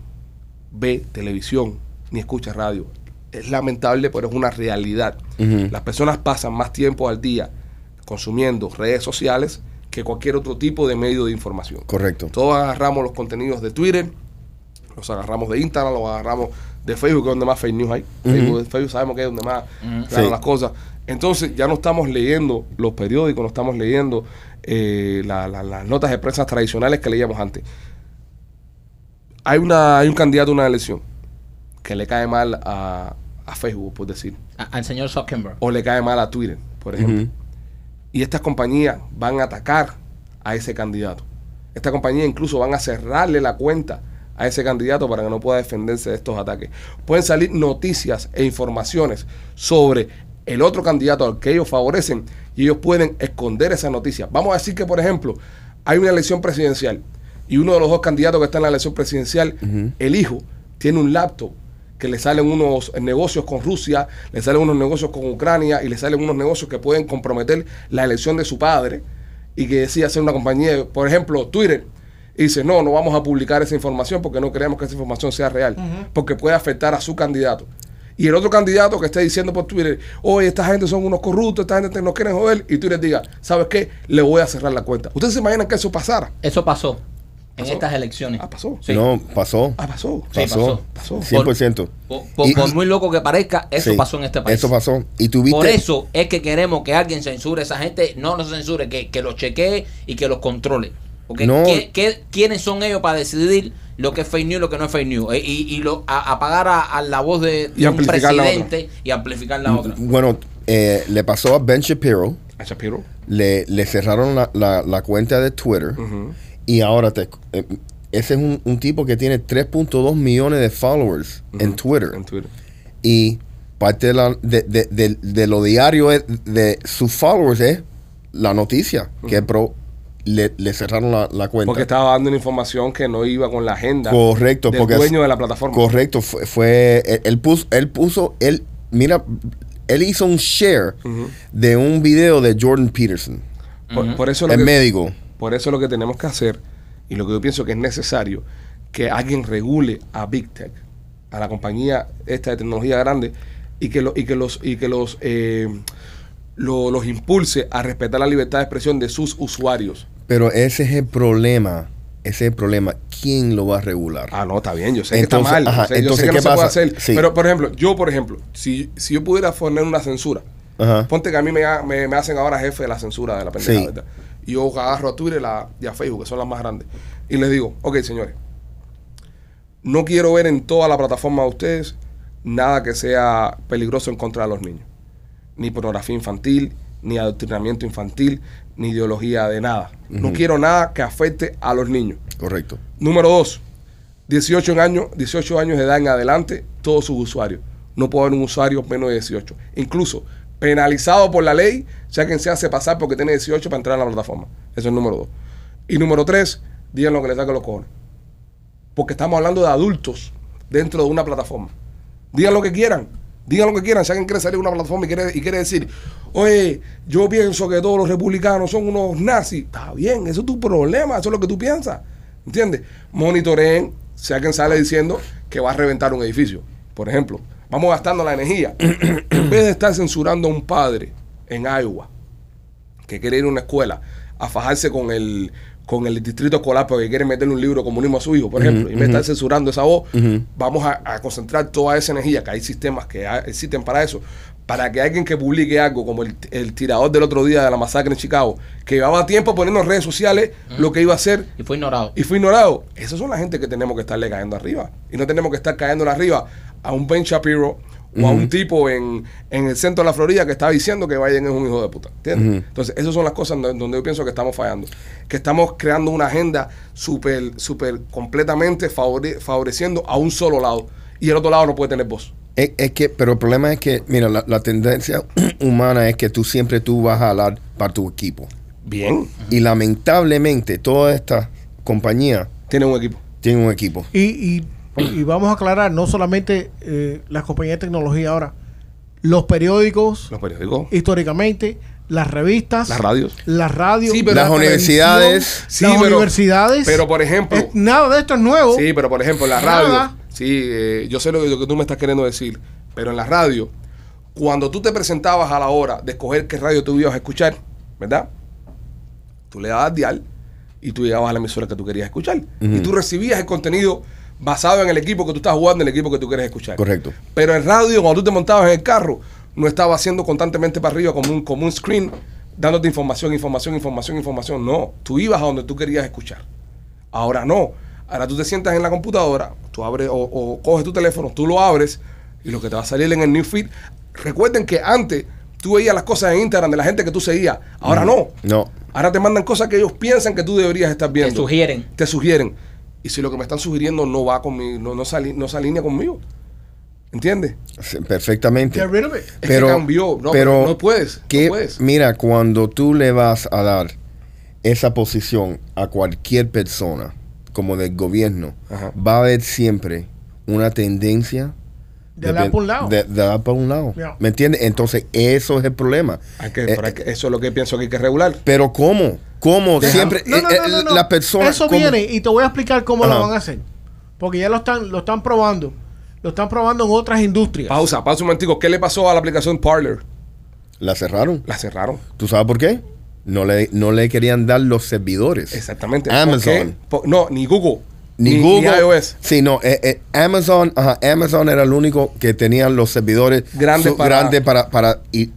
S1: ve televisión ni escucha radio. Es lamentable, pero es una realidad.
S4: Ujú.
S1: Las personas pasan más tiempo al día consumiendo redes sociales que cualquier otro tipo de medio de información.
S4: Correcto.
S1: Todos agarramos los contenidos de Twitter, los agarramos de Instagram, los agarramos de Facebook, que es donde más fake news hay. Facebook, Facebook sabemos que es donde más claro,
S4: Sí.
S1: las cosas. Entonces ya no estamos leyendo los periódicos, no estamos leyendo eh, la- la- las notas de prensa tradicionales que leíamos antes. Hay, una, hay un candidato a una elección que le cae mal a, a Facebook, por decir,
S2: a- al señor Zuckerberg.
S1: o le cae mal a Twitter, por ejemplo
S4: Ujú.
S1: y estas compañías van a atacar a ese candidato. Esta compañía incluso van a cerrarle la cuenta a ese candidato para que no pueda defenderse de estos ataques. Pueden salir noticias e informaciones sobre el otro candidato al que ellos favorecen y ellos pueden esconder esas noticias. Vamos a decir que, por ejemplo, hay una elección presidencial y uno de los dos candidatos que está en la elección presidencial, el hijo, tiene un laptop que le salen unos negocios con Rusia, le salen unos negocios con Ucrania y le salen unos negocios que pueden comprometer la elección de su padre y que decide hacer una compañía, por ejemplo, Twitter. Y dice, no, no vamos a publicar esa información porque no queremos que esa información sea real, porque puede afectar a su candidato. Y el otro candidato que esté diciendo por Twitter, oye, esta gente son unos corruptos, esta gente nos quieren joder, y Twitter diga, ¿sabes qué? Le voy a cerrar la cuenta. ¿Ustedes se imaginan que eso pasara?
S2: Eso pasó en
S1: ¿Pasó?
S2: estas elecciones.
S1: Ah, pasó.
S2: Sí.
S4: No, pasó.
S1: Ah, pasó.
S2: Sí,
S4: pasó.
S1: pasó.
S4: 100%.
S2: Por, por-
S4: Y-
S2: por muy loco que parezca, eso
S4: Sí.
S2: pasó en este país.
S4: Eso pasó. Y tuviste.
S2: Por eso es que queremos que alguien censure a esa gente, no los censure, que, que los chequee y que los controle. Porque
S4: No.
S2: ¿qué- qué- quiénes son ellos para decidir lo que es fake news y lo que no es fake news? Eh, Y, y lo, a- apagar a, a la voz de, de
S1: Y
S2: un
S1: amplificar la otra.
S2: presidente y amplificar
S4: Mm,
S2: la otra.
S4: Bueno, eh, le pasó a Ben Shapiro.
S1: A Shapiro.
S4: le, le cerraron la, la- la cuenta de Twitter
S1: Ujú.
S4: y ahora te, eh, ese es un, un tipo que tiene 3.2 millones de followers en Twitter
S1: En Twitter.
S4: y parte de, la- de- de- de- de lo diario es- de sus followers es la noticia que pro- le, le cerraron la, la cuenta.
S1: Porque estaba dando una información que no iba con la agenda
S4: Correcto,
S1: del
S4: porque es-
S1: dueño de la plataforma.
S4: Correcto, fue, fue- él, él puso, él puso, él, mira, él hizo un share
S1: Mm.
S4: de un video de Jordan Peterson,
S1: Por, por eso lo
S4: el
S1: que-
S4: médico.
S1: Por eso lo que tenemos que hacer, y lo que yo pienso que es necesario, que alguien regule a Big Tech, a la compañía esta de tecnología grande, y que, lo- y que los, y que los, eh, lo- los impulse a respetar la libertad de expresión de sus usuarios.
S4: Pero ese es el problema, ese es el problema. ¿Quién lo va a regular?
S1: Ah, no, está bien, yo sé
S4: Entonces,
S1: que está mal.
S4: ajá,
S1: yo sé- yo
S4: entonces,
S1: sé que no
S4: ¿qué
S1: se puede
S4: pasa?
S1: hacer.
S4: Sí.
S1: Pero, por ejemplo, yo, por ejemplo, si, si yo pudiera poner una censura,
S4: Ajá.
S1: ponte que a mí me, ha- me- me hacen ahora jefe de la censura de la pendejada,
S4: Sí.
S1: ¿verdad? Y yo agarro a Twitter y la- y a Facebook, que son las más grandes, y les digo, ok, señores, no quiero ver en toda la plataforma de ustedes nada que sea peligroso en contra de los niños. Ni pornografía infantil, ni adoctrinamiento infantil, ni ideología de nada. No quiero nada que afecte a los niños.
S4: Correcto.
S1: Número dos, 18 en año- 18 años de edad en adelante, todos sus usuarios. No puede haber un usuario menos de 18. Incluso penalizado por la ley, ya quien se hace pasar porque tiene 18 para entrar a la plataforma. Eso es número dos. Y número tres, digan lo que les saque los cojones. Porque estamos hablando de adultos dentro de una plataforma. Digan lo que quieran. Digan lo que quieran. Si alguien quiere salir de una plataforma y quiere, y quiere decir, oye, yo pienso que todos los republicanos son unos nazis. Está bien, eso es tu problema, eso es lo que tú piensas. ¿Entiendes? Monitoreen si alguien sale diciendo que va a reventar un edificio, por ejemplo. Vamos gastando la energía. en vez de estar censurando a un padre en Iowa que quiere ir a una escuela a fajarse con el con el distrito escolar porque quiere meterle un libro de comunismo a su hijo, por ejemplo, y me está censurando esa voz, vamos a, a concentrar toda esa energía, que hay sistemas que ha- existen para eso, para que alguien que publique algo, como el, el tirador del otro día de la masacre en Chicago, que llevaba tiempo poniendo en redes sociales lo que iba a hacer
S2: Y fue ignorado.
S1: y fue ignorado. Esas son la gente que tenemos que estarle cayendo arriba. Y no tenemos que estar cayéndole arriba a un Ben Shapiro o a un tipo en, en el centro de la Florida que está diciendo que Biden es un hijo de puta. ¿Entiendes? Entonces, esas son las cosas do- donde yo pienso que estamos fallando. Que estamos creando una agenda súper, súper completamente favore- favoreciendo a un solo lado. Y el otro lado no puede tener voz.
S4: Es, es que, pero el problema es que, mira, la, la tendencia humana es que tú siempre tú vas a hablar para tu equipo.
S1: Bien.
S4: Y lamentablemente, toda esta compañía
S1: Tiene un equipo.
S4: tiene un equipo.
S3: Y, y- y vamos a aclarar, no solamente eh, las compañías de tecnología ahora, los periódicos,
S1: Los periódicos.
S3: históricamente, las revistas,
S1: Las radios.
S3: las radios,
S1: Sí, pero
S4: Las
S1: la
S4: universidades.
S1: Sí,
S3: las
S1: pero-
S3: universidades.
S1: Pero, por ejemplo,
S3: Eh, nada de esto es nuevo.
S1: Sí, pero por ejemplo, en la
S3: Nada.
S1: radio. Sí, eh, yo sé lo que, lo que tú me estás queriendo decir, pero en la radio, cuando tú te presentabas a la hora de escoger qué radio tú ibas a escuchar, ¿verdad? Tú le dabas dial y tú llegabas a la emisora que tú querías escuchar. Y tú recibías el contenido basado en el equipo que tú estás jugando, el equipo que tú quieres escuchar.
S4: Correcto.
S1: Pero en radio, cuando tú te montabas en el carro, no estaba haciendo constantemente para arriba como un, como un screen, dándote información, información, información, información. No, tú ibas a donde tú querías escuchar. Ahora no. Ahora tú te sientas en la computadora, tú abres o, o coges tu teléfono, tú lo abres y lo que te va a salir en el new feed. Recuerden que antes tú veías las cosas en Instagram de la gente que tú seguías. Ahora no.
S4: No.
S1: Ahora te mandan cosas que ellos piensan que tú deberías estar viendo.
S2: sugieren.
S1: Te sugieren. Y si lo que me están sugiriendo no va conmigo, no, no, se ali- no se alinea conmigo. ¿Entiendes?
S4: Sí, Perfectamente.
S3: Get rid of it.
S1: Es que cambió. No, pero no puedes, no
S4: que-
S1: puedes.
S4: Mira, cuando tú le vas a dar esa posición a cualquier persona, como del gobierno,
S1: Ajá.
S4: va a haber siempre una tendencia
S3: De hablar por un lado.
S4: de- de hablar por un lado.
S3: Yeah.
S4: ¿Me entiendes? Entonces, eso es el problema.
S1: Hay que-
S4: Eh,
S1: pero hay que- eso es lo que pienso que hay que regular.
S4: Pero ¿cómo? ¿Cómo?
S1: Deja-
S4: Siempre
S3: No, no,
S4: eh,
S3: no,
S4: eh,
S3: no, no.
S4: la persona...
S3: Eso
S4: ¿cómo?
S3: viene y te voy a explicar cómo
S4: Ajá.
S3: lo van a hacer. Porque ya lo están, lo están probando. Lo están probando en otras industrias.
S1: Pausa, pausa un momentico. ¿Qué le pasó a la aplicación Parler?
S4: La cerraron.
S1: La cerraron.
S4: ¿Tú sabes por qué? No le, no le querían dar los servidores.
S1: Exactamente. ¿Por
S4: Amazon.
S1: qué? Por- no, ni Google.
S4: Ni, Google.
S1: Ni iOS.
S4: Sí, no. eh, eh, Amazon, ajá, Amazon era el único que tenían los servidores
S1: Grande
S4: su-
S1: para-
S4: grande para, para- Y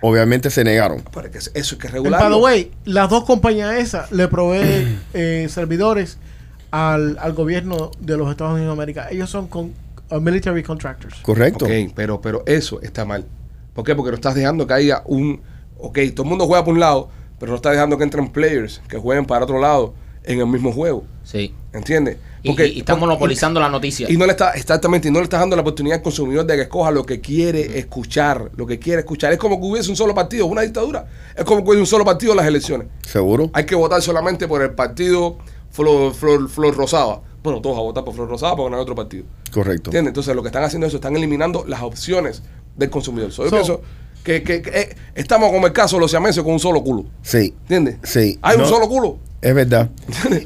S4: obviamente se negaron.
S1: Pero es que eso- eso es que
S3: En
S1: regular.
S3: by the way, las dos compañías esas le proveen eh, servidores al, al gobierno de los Estados Unidos de América. Ellos son con, uh, military contractors.
S4: Correcto.
S1: Ok, pero, pero eso está mal. ¿Por qué? Porque lo estás dejando que haya un... Ok, todo el mundo juega por un lado, pero no estás dejando que entren players que jueguen para otro lado en el mismo juego.
S6: Sí.
S1: ¿Entiendes? pues,
S6: Y, y- y está monopolizando la noticia.
S1: Y no le está, exactamente, y no le estás dando la oportunidad al consumidor de que escoja lo que quiere escuchar, lo que quiere escuchar. Es como que hubiese un solo partido, una dictadura. Es como que hubiese un solo partido en las elecciones.
S4: ¿Seguro?
S1: Hay que votar solamente por el partido Flor, Flor, Flor Rosada. Bueno, todos a votar por Flor Rosada porque no hay otro partido.
S4: Correcto.
S1: ¿Entiendes? Entonces lo que están haciendo es eso, están eliminando las opciones del consumidor. So, yo
S3: So-
S1: pienso que, que- que, eh, estamos como el caso de los siameses con un solo culo.
S4: Sí.
S1: ¿Entiendes?
S4: Sí.
S1: Hay
S4: No.
S1: un solo culo.
S4: Es verdad.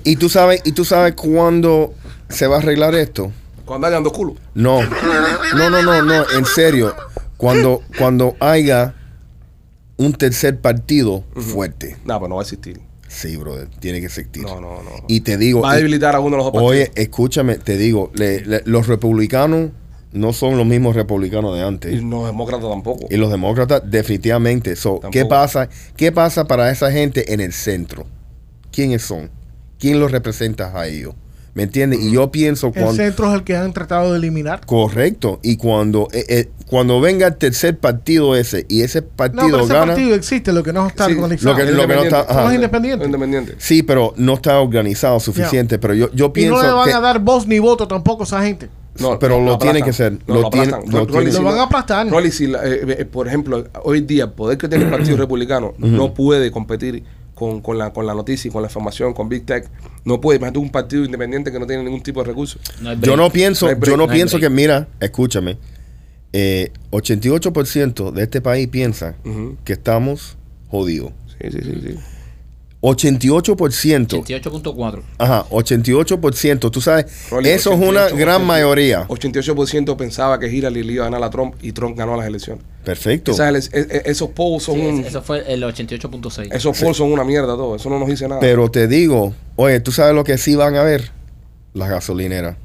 S4: ¿Y tú sabes, y tú sabes cuándo se va a arreglar esto?
S1: Cuando hayan dos culos.
S4: No. No, no, no, no. En serio. Cuando, cuando haya un tercer partido fuerte.
S1: No, pues no va a existir.
S4: Sí, brother. Tiene que existir.
S1: No, no, no.
S4: Y te digo.
S1: va a
S4: y-
S1: debilitar a uno de los dos partidos.
S4: Oye, escúchame, te digo, le- le- los republicanos no son los mismos republicanos de antes.
S1: Y los demócratas tampoco.
S4: Y los demócratas, definitivamente. So, ¿qué,
S1: Tampoco.
S4: pasa, ¿Qué pasa para esa gente en el centro? ¿Quiénes son? ¿Quién los representa a ellos? ¿Me entiendes? Y yo pienso
S3: El
S4: cuando...
S3: centro es el que han tratado de eliminar.
S4: Correcto. Y cuando, eh, eh, cuando venga el tercer partido ese y ese
S3: No,
S4: partido
S3: pero ese
S4: gana...
S3: partido existe, lo que no está
S1: Sí,
S3: organizado.
S4: lo que- lo que no está- ajá.
S3: Son independientes.
S1: Independiente.
S4: Sí, pero no está organizado suficiente. Pero yo, yo
S3: y
S4: pienso
S3: no le van
S4: que...
S3: a dar voz ni voto tampoco a esa gente.
S1: No,
S4: pero lo
S1: aplastan.
S4: tiene que ser.
S1: No,
S4: Lo
S1: lo,
S4: tiene-
S1: aplastan.
S4: lo
S1: Rolly,
S4: tiene.
S1: si
S3: Lo
S1: no-
S3: van a aplastar.
S1: Rolly, si la- eh, eh, eh, por ejemplo, hoy día el poder que tiene el Partido Republicano no puede competir con, con la, con la noticia y con la información, con Big Tech. No puede. Imagínate un partido independiente que no tiene ningún tipo de recursos.
S6: No hay
S4: Yo
S6: break.
S4: no pienso,
S1: No hay break,
S4: yo no
S6: no hay
S4: pienso que,
S6: break.
S4: mira, escúchame, eh, 88% de este país piensa
S1: Ujú.
S4: que estamos jodidos.
S1: Sí, sí, sí. sí.
S4: 88%,
S6: 88.4.
S4: ajá, 88%, tú sabes,
S1: Rolly,
S4: eso es una
S1: 88%.
S4: gran mayoría.
S1: 88% pensaba que Hillary le iba a ganar a Trump y Trump ganó las elecciones.
S4: Perfecto.
S1: Esas ele- e- e- esos polls son
S6: Sí,
S1: un-
S6: es- eso fue el 88.6.
S1: esos polls son una mierda todo. Eso no nos dice nada.
S4: Pero te digo, oye, tú sabes lo que sí van a ver, las gasolineras.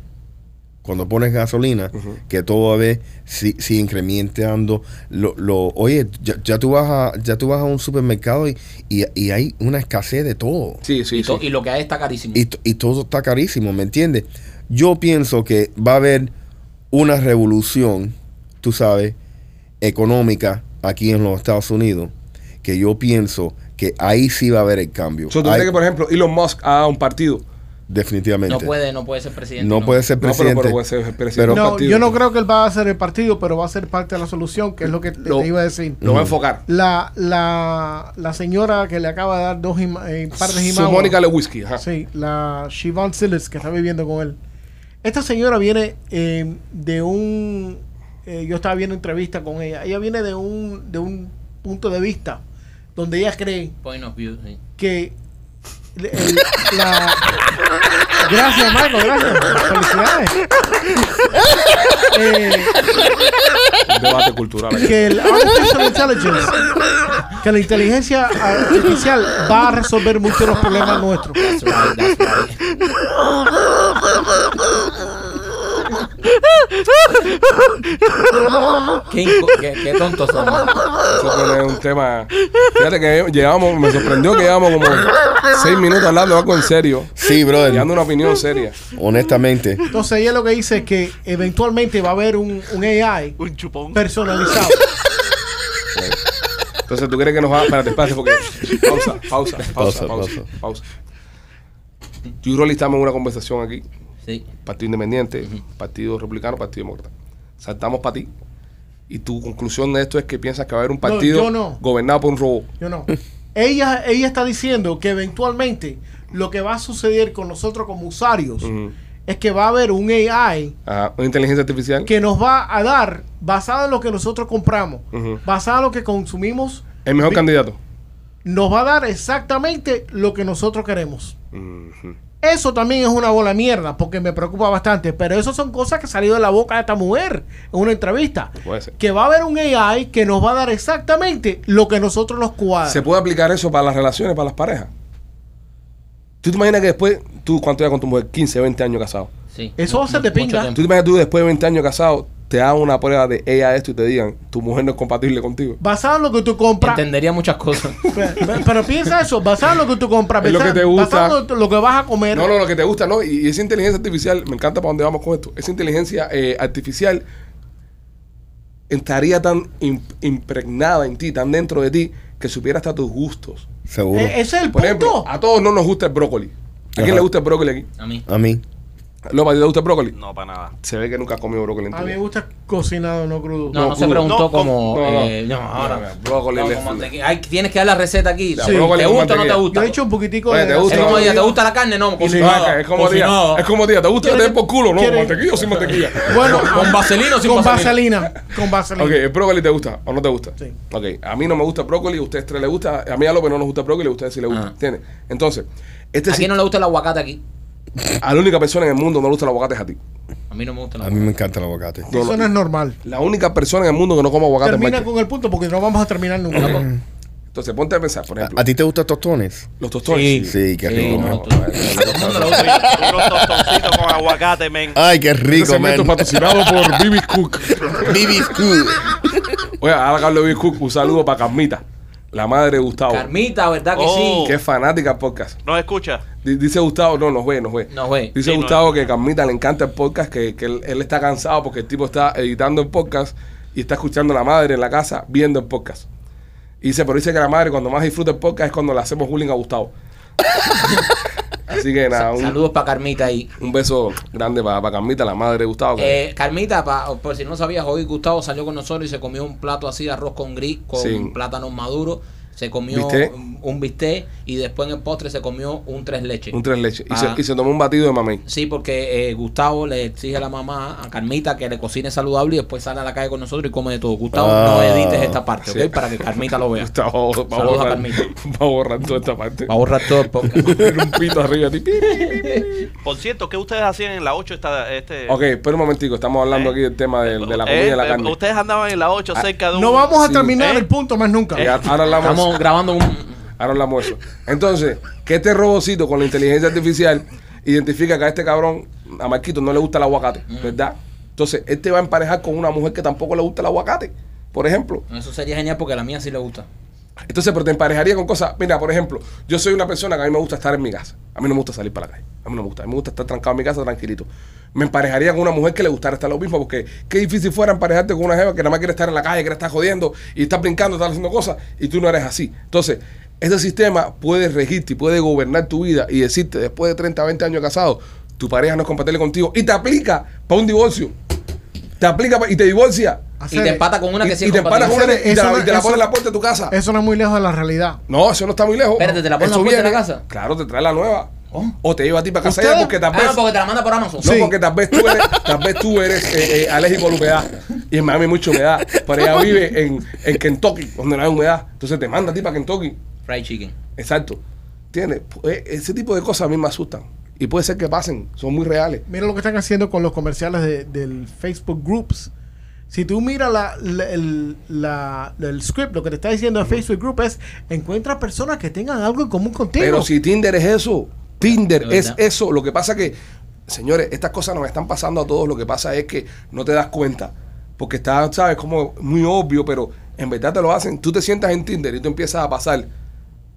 S4: Cuando pones gasolina, que todo va a ver si, si incrementando lo, lo oye, ya, ya tú vas a, ya tú vas a un supermercado y, y, y hay una escasez de todo.
S1: sí, sí,
S6: y, to-
S1: sí.
S6: y lo que hay está carísimo.
S4: Y, t- y todo está carísimo, ¿me entiendes? Yo pienso que va a haber una revolución, tú sabes, económica aquí en los Estados Unidos, que yo pienso que ahí sí va a haber el cambio.
S1: So, tú
S4: Ahí-
S1: crees que, por ejemplo, Elon Musk haga un partido.
S4: definitivamente.
S6: no puede, no puede ser presidente.
S4: No puede ser
S1: No, pero- pero
S4: presidente.
S1: puede ser el presidente
S4: Pero-
S1: del
S3: No,
S1: partido.
S3: yo no creo que él va a ser el partido, pero va a ser parte de la solución, que es lo que te,
S1: Lo-
S3: te iba a decir.
S1: Lo va a enfocar.
S3: La, la, la señora que le acaba de dar dos ima- eh, par de
S1: Su
S3: jimaguas.
S1: Mónica Lewinsky. ajá.
S3: Sí, la Siobhan Silis, que está viviendo con él. Esta señora viene eh, de un... eh, yo estaba viendo entrevista con ella. Ella viene de un, de un punto de vista donde ella cree
S6: Point of view, sí.
S3: que... el- el- la- Gracias, Marco, gracias. Felicidades. Eh,
S1: Un debate cultural. ahí.
S3: que el artificial intelligence, que la inteligencia artificial va a resolver muchos de los problemas nuestros.
S6: That's right, that's right. qué, inco- qué- qué tontos somos.
S1: Eso fue un tema. Fíjate que llevamos, me sorprendió que llevamos como seis minutos hablando de algo en serio.
S4: Sí,
S1: Y dando
S4: brother.
S1: una opinión seria.
S4: Honestamente.
S3: Entonces ella lo que dice es que eventualmente va a haber un, un AI
S5: Un chupón.
S3: personalizado.
S1: Entonces, ¿tú crees que nos va? Espérate, espérate, porque. Pausa, pausa, pausa,
S4: Pausa,
S1: pausa. pausa, Yo y Rolly estamos en una conversación aquí.
S6: Sí.
S1: Partido Independiente, Partido Republicano, Partido Demócrata. Saltamos para ti. Y tu conclusión de esto es que piensas que va a haber un partido
S3: yo no.
S1: gobernado por un robo.
S3: Yo no. Ella, ella está diciendo que eventualmente lo que va a suceder con nosotros como usuarios
S1: Ujú.
S3: es que va a haber un AI
S1: Mm. Ajá, una inteligencia artificial.
S3: que nos va a dar, basado en lo que nosotros compramos,
S1: Ujú.
S3: basado en lo que consumimos,
S1: El mejor
S3: Vi-
S1: candidato.
S3: nos va a dar exactamente lo que nosotros queremos.
S1: Ujú.
S3: Eso también es una bola de mierda, porque me preocupa bastante. Pero eso son cosas que salió de la boca de esta mujer en una entrevista.
S1: Puede ser.
S3: Que va a haber un AI que nos va a dar exactamente lo que nosotros nos cuadra.
S1: ¿Se puede aplicar eso para las relaciones, para las parejas? ¿Tú te imaginas que después, tú cuánto ya con tu mujer? 15, 20 años casado.
S6: sí.
S3: Eso
S6: Mu-
S3: va a ser de
S6: mu- mucho
S3: pinga.
S1: ¿Tú
S6: tiempo.
S1: te imaginas tú después de 20 años casado, te hagan una prueba de ella esto y te digan, tu mujer no es compatible contigo?
S3: Basado en lo que tú compras.
S6: Entendería muchas cosas.
S3: Pero, pero piensa eso, basado en lo que tú compras,
S1: Es lo
S3: basado-
S1: que te gusta.
S3: basado en lo que vas a comer. Eh,
S1: No, no, lo que te gusta, no. Y, y esa inteligencia artificial, me encanta para dónde vamos con esto. Esa inteligencia eh, artificial estaría tan im- impregnada en ti, tan dentro de ti, que supiera hasta tus gustos.
S4: Seguro.
S3: E- ese es el
S1: Por
S3: punto.
S1: ejemplo, a todos no nos gusta el brócoli. ¿A quién
S4: Ajá.
S1: le gusta el brócoli aquí?
S2: A mí.
S4: A mí.
S1: López, ¿te gusta el brócoli?
S5: No, para nada.
S1: Se ve que nunca has comido brócoli en tu
S3: A mí me
S1: vida.
S3: gusta cocinado, no crudo.
S2: No, no, se
S1: crudo.
S2: preguntó
S5: No, con-
S2: como.
S1: no, no.
S2: eh, no, ahora.
S1: No, no, Ah, brócoli,
S2: No,
S1: le-
S2: con mantequilla. Ay, tienes que dar la receta aquí.
S1: La
S2: Sí.
S1: brócoli
S2: ¿Te
S1: con
S2: gusta o no te
S1: mantequilla.
S2: gusta?
S3: Yo he hecho un poquitico
S1: Oye,
S3: de...
S1: ¿te gusta?
S2: Es como
S1: Yo
S2: ella, ¿te gusta la carne? No,
S1: Ah,
S2: cocinada.
S1: que es como día,
S2: cocinada.
S1: es como día, ¿te gusta que te den por culo? No,
S3: ¿Quieres-
S1: mantequilla o sin mantequilla.
S3: Bueno,
S2: ¿Con vaselina o sin
S3: con
S2: vaselina?
S3: vaselina. Con vaselina.
S1: Ok, ¿el brócoli te gusta o no te gusta?
S3: Sí.
S1: Ok, a mí no me gusta el brócoli, a ustedes tres les gusta, a mí a López no nos gusta el brócoli, a ustedes sí les gusta,
S4: Ah.
S2: Ajá.
S1: ¿entiendes? Entonces, este
S2: ¿A
S1: sí,
S2: quién no le gusta el aguacate aquí?
S1: a la única persona en el mundo que no le gusta el aguacate es a ti.
S2: A mí no me gusta el
S4: A mí
S2: aguacate.
S4: me encanta el aguacate.
S1: No, no.
S3: Eso no es normal.
S1: La única persona en el mundo que no come aguacate es
S3: Termina
S1: Michael.
S3: con el punto porque no vamos a terminar nunca.
S1: Entonces, ponte a pensar, por
S4: ¿A,
S1: ejemplo,
S4: a ti te gustan tostones?
S1: los tostones.
S4: Sí, qué
S2: Sí,
S4: rico,
S2: no,
S4: man.
S2: tú- todo el mundo le gusta.
S5: Unos tostoncitos con aguacate, men.
S4: Ay, qué
S1: Este
S4: rico,
S1: segmento
S4: man.
S1: es patrocinado por Bibi Cook.
S4: Bibi's Cool.
S1: Oye, ahora que hablo de Bibi Cook, un saludo para Carmita, la madre de Gustavo,
S2: Carmita, ¿verdad que
S5: Oh.
S1: que es fanática del podcast.
S5: ¿Nos escucha?
S1: Di- Dice Gustavo, no, no fue, no fue.
S2: sí? No, güey.
S1: Dice
S5: Sí, no,
S1: Gustavo que Carmita le encanta el podcast, que, que él, él está cansado porque el tipo está editando el podcast y está escuchando a la madre en la casa viendo el podcast. Y dice, pero dice que la madre cuando más disfruta el podcast es cuando le hacemos bullying a Gustavo. Así que nada, un,
S2: Saludos para Carmita ahí.
S1: un beso grande para Carmita, la madre de Gustavo. que-
S2: Eh, Carmita, pa- por si no sabías, hoy Gustavo salió con nosotros y se comió un plato así de arroz con gris, con
S1: Sí.
S2: plátanos maduros, se comió
S1: Bistec.
S2: un- un bistec y después en el postre se comió un tres leches.
S1: un tres leches. Y,
S2: Ah.
S1: se, y se tomó un batido de mamey.
S2: Sí, porque eh, Gustavo le exige a la mamá, a Carmita, que le cocine saludable y después sale a la calle con nosotros y come de todo. Gustavo,
S4: Ah,
S2: no edites esta parte,
S1: sí.
S2: ¿ok? Para que Carmita lo vea.
S1: Gustavo va a
S2: Saludos a
S1: borrar,
S2: Carmita.
S1: va a borrar toda esta parte.
S2: Va a borrar todo el
S1: Era
S2: podcast.
S1: un pito arriba de ti.
S5: Por cierto, ¿qué ustedes hacían en la 8 esta, este?
S1: Ok, espera un momentico, estamos hablando
S5: Eh.
S1: aquí del tema del- de, la comida
S5: Eh,
S1: y la
S5: eh,
S1: carne. Ah,
S5: Ustedes andaban en la 8 cerca de un...
S3: No vamos a
S1: Sí.
S3: terminar
S5: ¿Eh?
S3: el punto más nunca.
S1: Y ahora hablamos
S2: Eh, Estamos grabando un...
S1: Ahora hablamos de eso. Entonces, que este robocito con la inteligencia artificial identifica que a este cabrón, a Marquito, no le gusta el aguacate, ¿verdad? Entonces, él te va a emparejar con una mujer que tampoco le gusta el aguacate, por ejemplo.
S2: Eso sería genial porque a la mía sí le gusta.
S1: Entonces, pero te emparejaría con cosas. Mira, por ejemplo, yo soy una persona que a mí me gusta estar en mi casa. A mí no me gusta salir para la calle. A mí no me gusta. A mí me gusta estar trancado en mi casa tranquilito. Me emparejaría con una mujer que le gustara estar lo mismo, porque qué difícil fuera emparejarte con una jeva que nada más quiere estar en la calle, quiere estar jodiendo y estar brincando, estar haciendo cosas y tú no eres así. Entonces, este sistema puede regirte y puede gobernar tu vida y decirte después de 30, 20 años casado, tu pareja no es compatible contigo y te aplica para un divorcio. Te aplica pa- y te divorcia.
S2: Y
S3: Hacer-
S2: te empata con una
S1: Ah, Y,
S2: que sí
S1: y
S2: es
S1: te
S2: compatible.
S1: empara con una y te
S3: Eso
S1: la,
S3: no-
S1: y te la
S3: eso-
S1: pone en la puerta de tu casa.
S3: Eso no es muy lejos de la realidad.
S1: No, eso no está muy lejos.
S2: Espérate, ¿te la pones
S1: Eso
S2: en la puerta de
S1: viene-
S2: la casa?
S1: Claro, te trae la nueva.
S2: Oh.
S1: O te lleva a ti para casa
S3: ¿Ustedes?
S1: ella porque tal
S2: Ah,
S1: vez.
S2: no, porque te la manda por Amazon.
S1: no,
S3: Sí.
S1: porque tal vez tú eres, tal vez tú eres eh, eh, alérgico a la humedad. Y en Miami hay mucha humedad. Pero ella vive en, en Kentucky, donde no hay humedad. Entonces te manda a ti para Kentucky.
S2: Fried chicken.
S1: Exacto. ¿Entiendes? Pues, Ese tipo de cosas a mí me asustan. Y puede ser que pasen. Son muy reales.
S3: Mira lo que están haciendo con los comerciales de- del Facebook Groups. Si tú miras la, la- el, la- el script, lo que te está diciendo el Facebook Group es encuentra personas que tengan algo en común contigo.
S1: Pero si Tinder es eso, Tinder
S2: Es
S1: es
S2: verdad.
S1: eso. Lo que pasa que, señores, estas cosas nos están pasando a todos. Lo que pasa es que no te das cuenta. Porque está, sabes, como muy obvio, pero en verdad te lo hacen. Tú te sientas en Tinder y tú empiezas a pasar.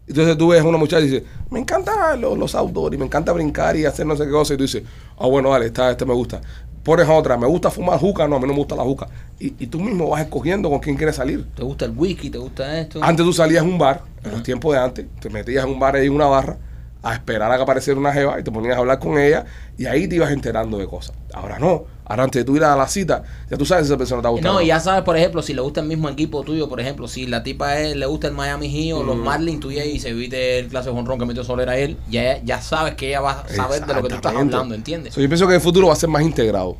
S1: Entonces tú ves a una muchacha y dices, me encantan los, los outdoors y me encanta brincar y hacer no sé qué cosa. Y tú dices, ah, bueno, vale, esta, esta me gusta. Pones a otra, me gusta fumar juca, no, a mí no me gusta la juca. Y, y tú mismo vas escogiendo con quién quieres salir.
S2: ¿Te gusta el whisky? ¿Te gusta esto?
S1: Antes tú salías a un bar, en los tiempos de antes, te metías en un bar ahí en una barra a esperar a que apareciera una jeva y te ponías a hablar con ella y ahí te ibas enterando de cosas. Ahora no, ahora antes de tú ir a la cita, ya tú sabes si esa persona te ha gustado.
S2: No, y ya sabes, por ejemplo, si le gusta el mismo equipo tuyo, por ejemplo, si la tipa es- le gusta el Miami Heat
S1: Mm.
S2: o los Marlins, tú ya y se viste el clase de jonrón que metió Soler a él, ya, ya sabes que ella va a saber de lo que tú estás
S1: Exactamente.
S2: hablando, ¿entiendes?
S1: So, yo pienso que el futuro va a ser más integrado.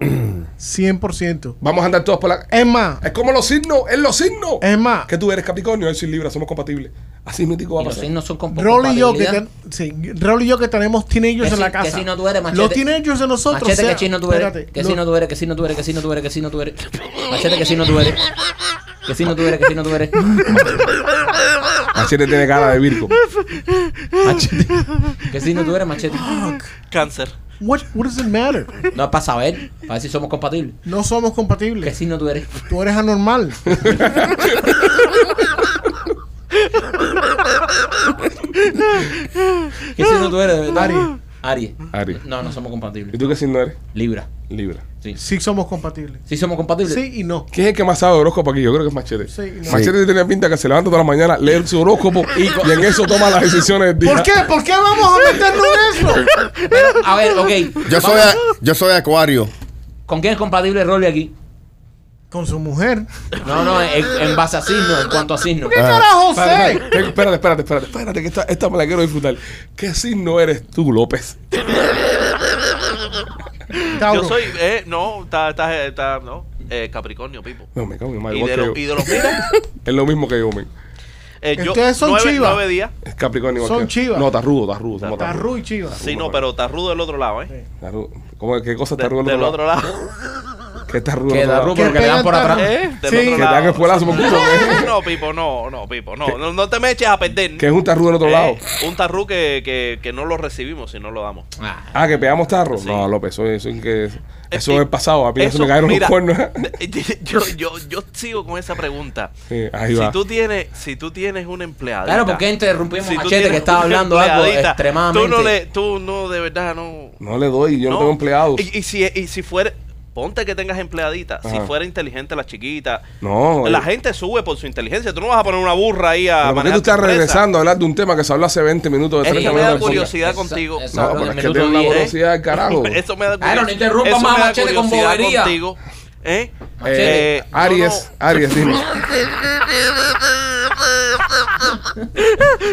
S3: 100%.
S1: Vamos a andar todos por la...
S3: Es más,
S1: Es como los signos, es los signos.
S3: es más,
S1: Que tú eres Capricornio, él soy Libra, somos compatibles. Así mítico va
S2: Y
S1: a
S2: los
S1: pasar.
S2: signos son con poco
S3: Raúl y, yo que
S2: compatibilidad.
S3: ten- sí, Raúl y yo que tenemos teenagers
S2: Que
S3: en
S2: si-
S3: la
S2: que
S3: casa.
S2: si no tú eres, machete.
S3: Los teenagers de nosotros.
S2: Machete,
S3: sea-
S2: que chino tú eres.
S3: espérate,
S2: Que si
S3: los-
S2: no tú eres, que si no tú eres, que si no tú eres, que si no tú eres. Machete, que si no tú eres. Que si no tú eres, que si no tú eres.
S1: Machete tiene cara de Virgo.
S2: Que si no tú eres, machete.
S5: Cáncer.
S3: What, what does it matter?
S2: No es para saber, para ver si somos compatibles.
S3: No somos
S2: Que
S3: compatibles.
S2: si no tú eres.
S3: Tú eres anormal.
S2: Que si no tú eres, ¿verdad? Ah. Aries.
S3: Ari,
S1: Aries.
S2: No, no somos
S1: ¿Y
S2: compatibles.
S1: tú qué signo eres?
S2: Libra.
S1: Libra.
S2: Sí.
S3: Sí somos compatibles.
S2: Sí somos compatibles.
S3: Sí y no.
S1: ¿Quién es el que más sabe de horóscopo aquí? Yo creo que es Machete.
S3: Sí, no.
S1: Machete tiene pinta que se levanta todas las mañanas, lee su horóscopo y, y en eso toma las decisiones del día.
S3: ¿Por qué? ¿Por qué vamos a meternos en eso?
S2: A ver, ok.
S4: Yo soy, a- yo soy acuario.
S2: ¿Con quién es compatible Rolly aquí?
S3: Con su mujer.
S2: No, no, en, en base a signo, en cuanto a signo.
S3: ¿Qué carajo
S1: Espérate,
S3: sé?
S1: espérate, espérate, espérate, espérate, espérate, que esta, esta me la quiero disfrutar. ¿Qué signo eres tú, López?
S3: Tauro.
S5: Yo soy, eh, no, está, está, está, no, eh, Capricornio, Pipo.
S1: No, me cago en mal,
S5: Y
S1: igual
S5: de,
S1: que
S5: los, y
S1: yo.
S5: de los mira,
S1: Es lo mismo que yo, men.
S5: eh, yo,
S3: Ustedes son
S5: nueve,
S3: chivas.
S5: nueve días.
S1: Es Capricornio igual
S3: Son
S1: que yo.
S3: chivas.
S1: No, está rudo, está rudo. somos
S3: Está
S1: tarrudo.
S3: Rui Chivas.
S5: Sí, no, pero está rudo del otro lado, ¿eh?
S1: Tarrudo. ¿Cómo, ¿Qué cosa
S5: De-
S1: está rudo?
S5: del otro lado.
S1: lado? ¿Qué está rudo?
S2: Que
S1: del otro
S2: da
S1: lado?
S2: rubo, pero que le dan por atrás.
S5: ¿Eh? Del
S1: Sí.
S5: otro
S1: Que te
S5: lado.
S1: hagan espuelazo por gusto, ¿eh?
S5: No, Pipo, no, no, Pipo, no. No, no te me eches a perder.
S1: ¿Qué es un tarrudo del otro
S5: Eh,
S1: lado?
S5: Un tarru que, que, que no lo recibimos si no lo damos.
S2: Ah,
S1: Ah, que pegamos tarro.
S5: Sí.
S1: No, López, eso, eso, es que, eso es
S5: Eh,
S1: el pasado. A mí no se
S5: eso,
S1: me cayeron los
S5: mira,
S1: cuernos.
S5: yo, yo, yo sigo con esa pregunta.
S1: Sí, ahí va.
S5: Si tú tienes, si tú tienes una empleada.
S2: claro, porque interrumpimos
S5: Si tú
S2: Machete
S5: tienes
S2: que estaba
S5: una
S2: hablando algo
S5: empleadita,
S2: extremadamente.
S5: Tú no, le, tú no, de verdad, no.
S1: No le doy, yo no, tengo empleados.
S5: Y, y si, y si fuera. Ponte que tengas empleadita. Si
S1: Ajá.
S5: fuera inteligente la chiquita.
S1: No,
S5: La
S1: eh,
S5: gente sube por su inteligencia. Tú no vas a poner una burra ahí a.
S1: ¿pero ¿Por qué tú
S5: manejar tu
S1: estás
S5: empresa?
S1: regresando a hablar de un tema que se habló hace 20 minutos? De
S5: Es
S1: 30
S5: que
S1: minutos
S5: me da
S1: de podcast?
S5: curiosidad
S2: Esa-
S5: contigo.
S2: esa
S1: No,
S2: habla
S1: pero
S2: del
S1: es que
S2: minuto
S1: tengo una
S2: 10.
S1: curiosidad del carajo.
S5: Eso me da
S2: Ay, no,
S5: curiosidad.
S2: no interrumpas
S5: Eso
S2: más,
S5: me da
S2: Machete, con
S5: curiosidad
S2: bobería.
S5: contigo. ¿Eh?
S1: Eh,
S5: Eh,
S1: Aries, Aries, dime.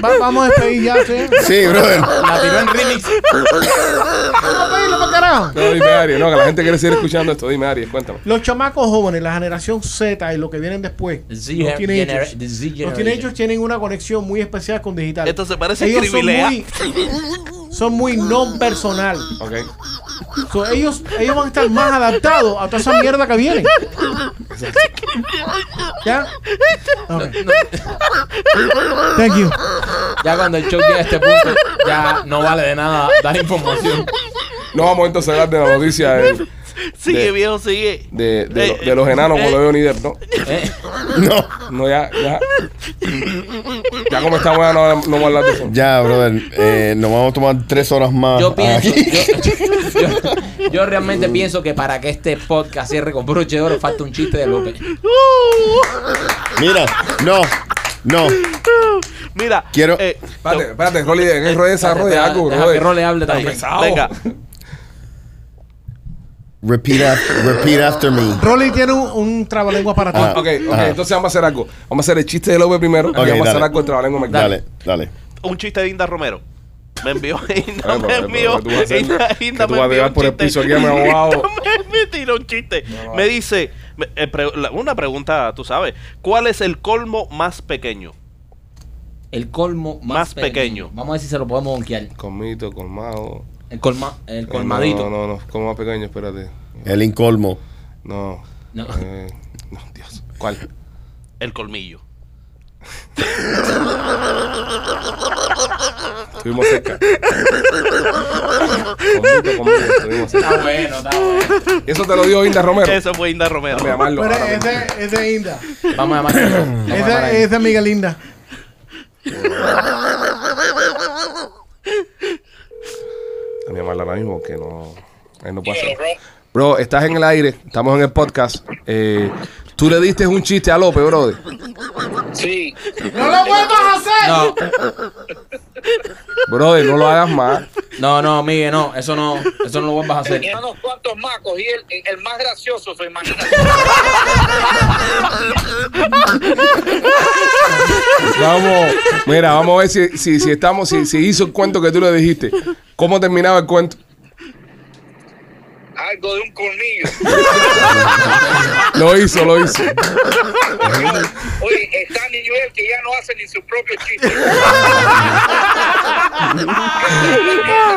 S3: Va- vamos a despedir ya, ¿sí?
S4: Sí, brother.
S2: La tiró en remix.
S3: Vamos a pedirle pa' carajo.
S1: No, dime Aries, no, que la gente quiere seguir escuchando esto. Dime Aries, cuéntame.
S3: Los chamacos jóvenes, la generación Z y lo que vienen después,
S2: The Z
S3: los
S2: gener-
S3: teenagers,
S2: the Z
S3: los
S2: generation.
S3: teenagers tienen una conexión muy especial con digital.
S5: Esto se parece a
S3: son
S5: Cribilea.
S2: ¿eh?
S3: muy, son muy non personal.
S1: Ok.
S3: So, ellos, ellos van a estar más adaptados a toda esa mierda que viene. ¿Ya? Ok. Thank you.
S2: Ya cuando el show llega a este punto, ya no vale de nada dar información.
S1: No vamos entonces a hablar de la noticia de,
S5: Sigue,
S1: de-
S5: viejo, sigue.
S1: de, de
S5: Eh,
S1: lo- de los enanos
S5: eh,
S1: con lo de Johnny Depp, E ¿no?
S2: Eh,
S4: No.
S1: No, ya, ya. Ya como está buena, no, no voy a hablar de eso.
S4: Ya, brother. eh, nos vamos a tomar tres horas más.
S2: Yo pienso,
S4: aquí.
S2: yo, yo- yo realmente pienso que para que este podcast cierre con broche de oro falta un chiste de López.
S4: Mira, no. No.
S5: Mira.
S4: Quiero-
S5: eh,
S1: Espérate, espérate, Rolly, en el rollo desarrolla
S2: Deja-
S1: algo,
S2: deja que
S1: Rolly.
S2: Role hable también.
S5: venga.
S4: Repeat, af- repeat after me.
S3: Rolly tiene un, un trabalengua para ti.
S4: Ah.
S1: Ok, ok,
S4: Ajá.
S1: entonces vamos a hacer algo. Vamos a hacer el chiste de López primero
S4: Ok,
S1: y vamos a hacer
S4: dale.
S1: algo de Trabalengo Mc-
S4: Dale, dale.
S5: un chiste de Inda Romero. Me envió Inda,
S1: Ay,
S5: me
S1: pero,
S5: envió
S1: pero, tú vas a hacer-
S5: Inda,
S1: que
S5: Inda
S1: tú
S5: me
S1: vas a
S5: envió
S1: llegar
S5: un
S1: por el
S5: chiste.
S1: piso aquí, me ahogado.
S5: Inda me- me tiró un chiste. Me dice, me- eh, pre- la- una pregunta, tú sabes, ¿cuál es el colmo más pequeño?
S2: El colmo más,
S5: Más pequeño.
S2: Vamos a ver si se lo podemos bonquear.
S1: Colmito, colmado. Eh,
S2: El, colma, el colmadito.
S1: No, no, no, como más pequeño, espérate.
S4: El incolmo.
S1: No.
S2: No.
S1: Eh, no, Dios. ¿Cuál?
S5: El colmillo.
S1: Estuvimos cerca. Colmito, colmillo, estuvimos cerca.
S2: Está bueno, está bueno.
S1: Eso te lo dio Inda Romero.
S5: Eso fue Inda Romero.
S1: Déjame llamarlo
S3: Pero
S1: ahora mismo.
S3: ese, ese es Inda.
S2: Vamos a llamar. Vamos a llamar a
S3: Ese,
S2: él.
S3: ese es Miguel Inda.
S1: Déjame llamarlo ahora mismo porque no. Ahí no puedo hacer. Bro, estás en el aire. Estamos en el podcast. Eh, tú le diste un chiste a López, bro.
S7: Sí,
S3: ¡No lo vuelvas a hacer!
S2: No,
S1: Bro, no lo hagas más.
S2: no, no, Miguel, no. Eso no, eso no lo vuelvas a hacer.
S7: tenía unos cuantos macos y el, el más gracioso fue Manuel.
S1: Vamos. Mira, vamos a ver si, si, si estamos, si, si hizo el cuento que tú le dijiste. ¿Cómo terminaba el cuento?
S7: Algo de un colmillo.
S1: Lo hizo, lo hizo.
S7: Oye, está Joel que ya no hace ni su propio chiste. Es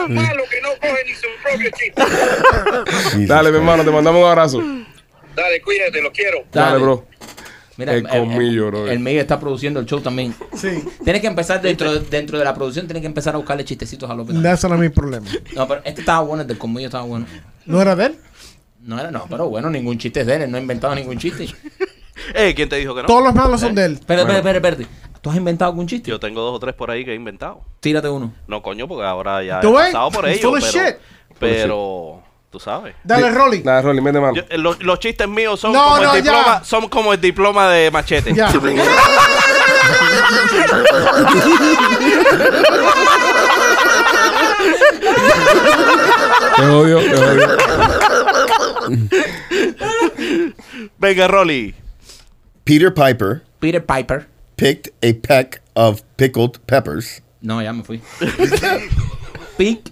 S7: malo que no coge ni su propio chiste.
S1: Dale, mi hermano, te mandamos un abrazo.
S7: Dale, cuídate, lo quiero.
S1: Dale,
S2: Dale.
S1: bro.
S2: Mira,
S1: El colmillo, bro.
S2: El Miguel está produciendo el show también.
S3: Sí.
S2: Tienes que empezar dentro, de- dentro de la producción, tienes que empezar a buscarle chistecitos a López. No,
S3: Eso no es mi problema.
S2: pero este estaba bueno, el del colmillo estaba bueno.
S3: ¿No era de él?
S2: No era, no, pero bueno, ningún chiste es de él, él no ha inventado ningún chiste.
S5: Eh, ¿quién te dijo que no?
S3: Todos los malos son de él.
S2: Espérate, espérate, espérate, espérate. ¿Tú has inventado algún chiste?
S5: Yo tengo dos o tres por ahí que he inventado.
S2: Tírate uno.
S5: No, coño, porque ahora ya he
S3: ¿Tú ves?
S5: pasado por
S3: You're
S5: ellos.
S3: full of shit.
S5: Pero, pero tú sabes.
S3: Dale, Rolly.
S1: Nada, Rolly, mete mano.
S5: Yo- eh, los, los chistes míos son,
S3: No,
S5: como
S3: no, ya.
S5: el diploma, son como el diploma de machete.
S3: Ya.
S8: Te odio, te odio.
S5: Venga, Rolly.
S4: Peter Piper
S2: Peter Piper.
S4: picked a peck of pickled peppers
S2: No, ya me fui. Pick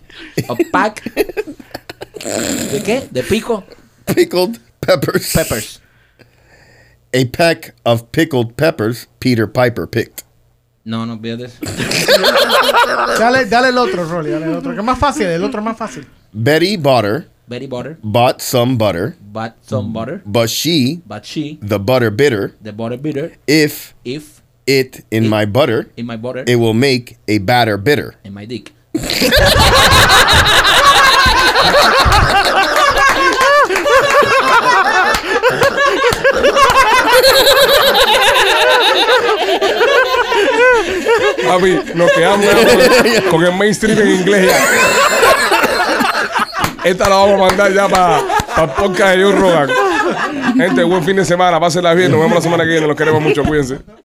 S2: o pack. ¿De qué? ¿De pico?
S4: pickled peppers.
S2: Peppers.
S4: A peck of pickled peppers Peter Piper picked.
S2: No, no olvides eso.
S3: Dale, dale el otro, Rolly. Dale el otro. Que es más fácil, el otro es más fácil.
S4: Betty Butter
S2: Betty butter,
S4: bought some butter,
S2: but some butter,
S4: but she,
S2: but she,
S4: the butter bitter,
S2: the butter bitter,
S4: if
S2: if
S4: it in my butter,
S2: in my butter,
S4: it will make a batter bitter.
S2: in my dick.
S1: Papi, nos quedamos ya con, con el mainstream en inglés ya. Esta la vamos a mandar ya para el podcast de Joe Rogan. Gente, buen fin de semana. Pásenla bien. Nos vemos la semana que viene. Los queremos mucho. Cuídense.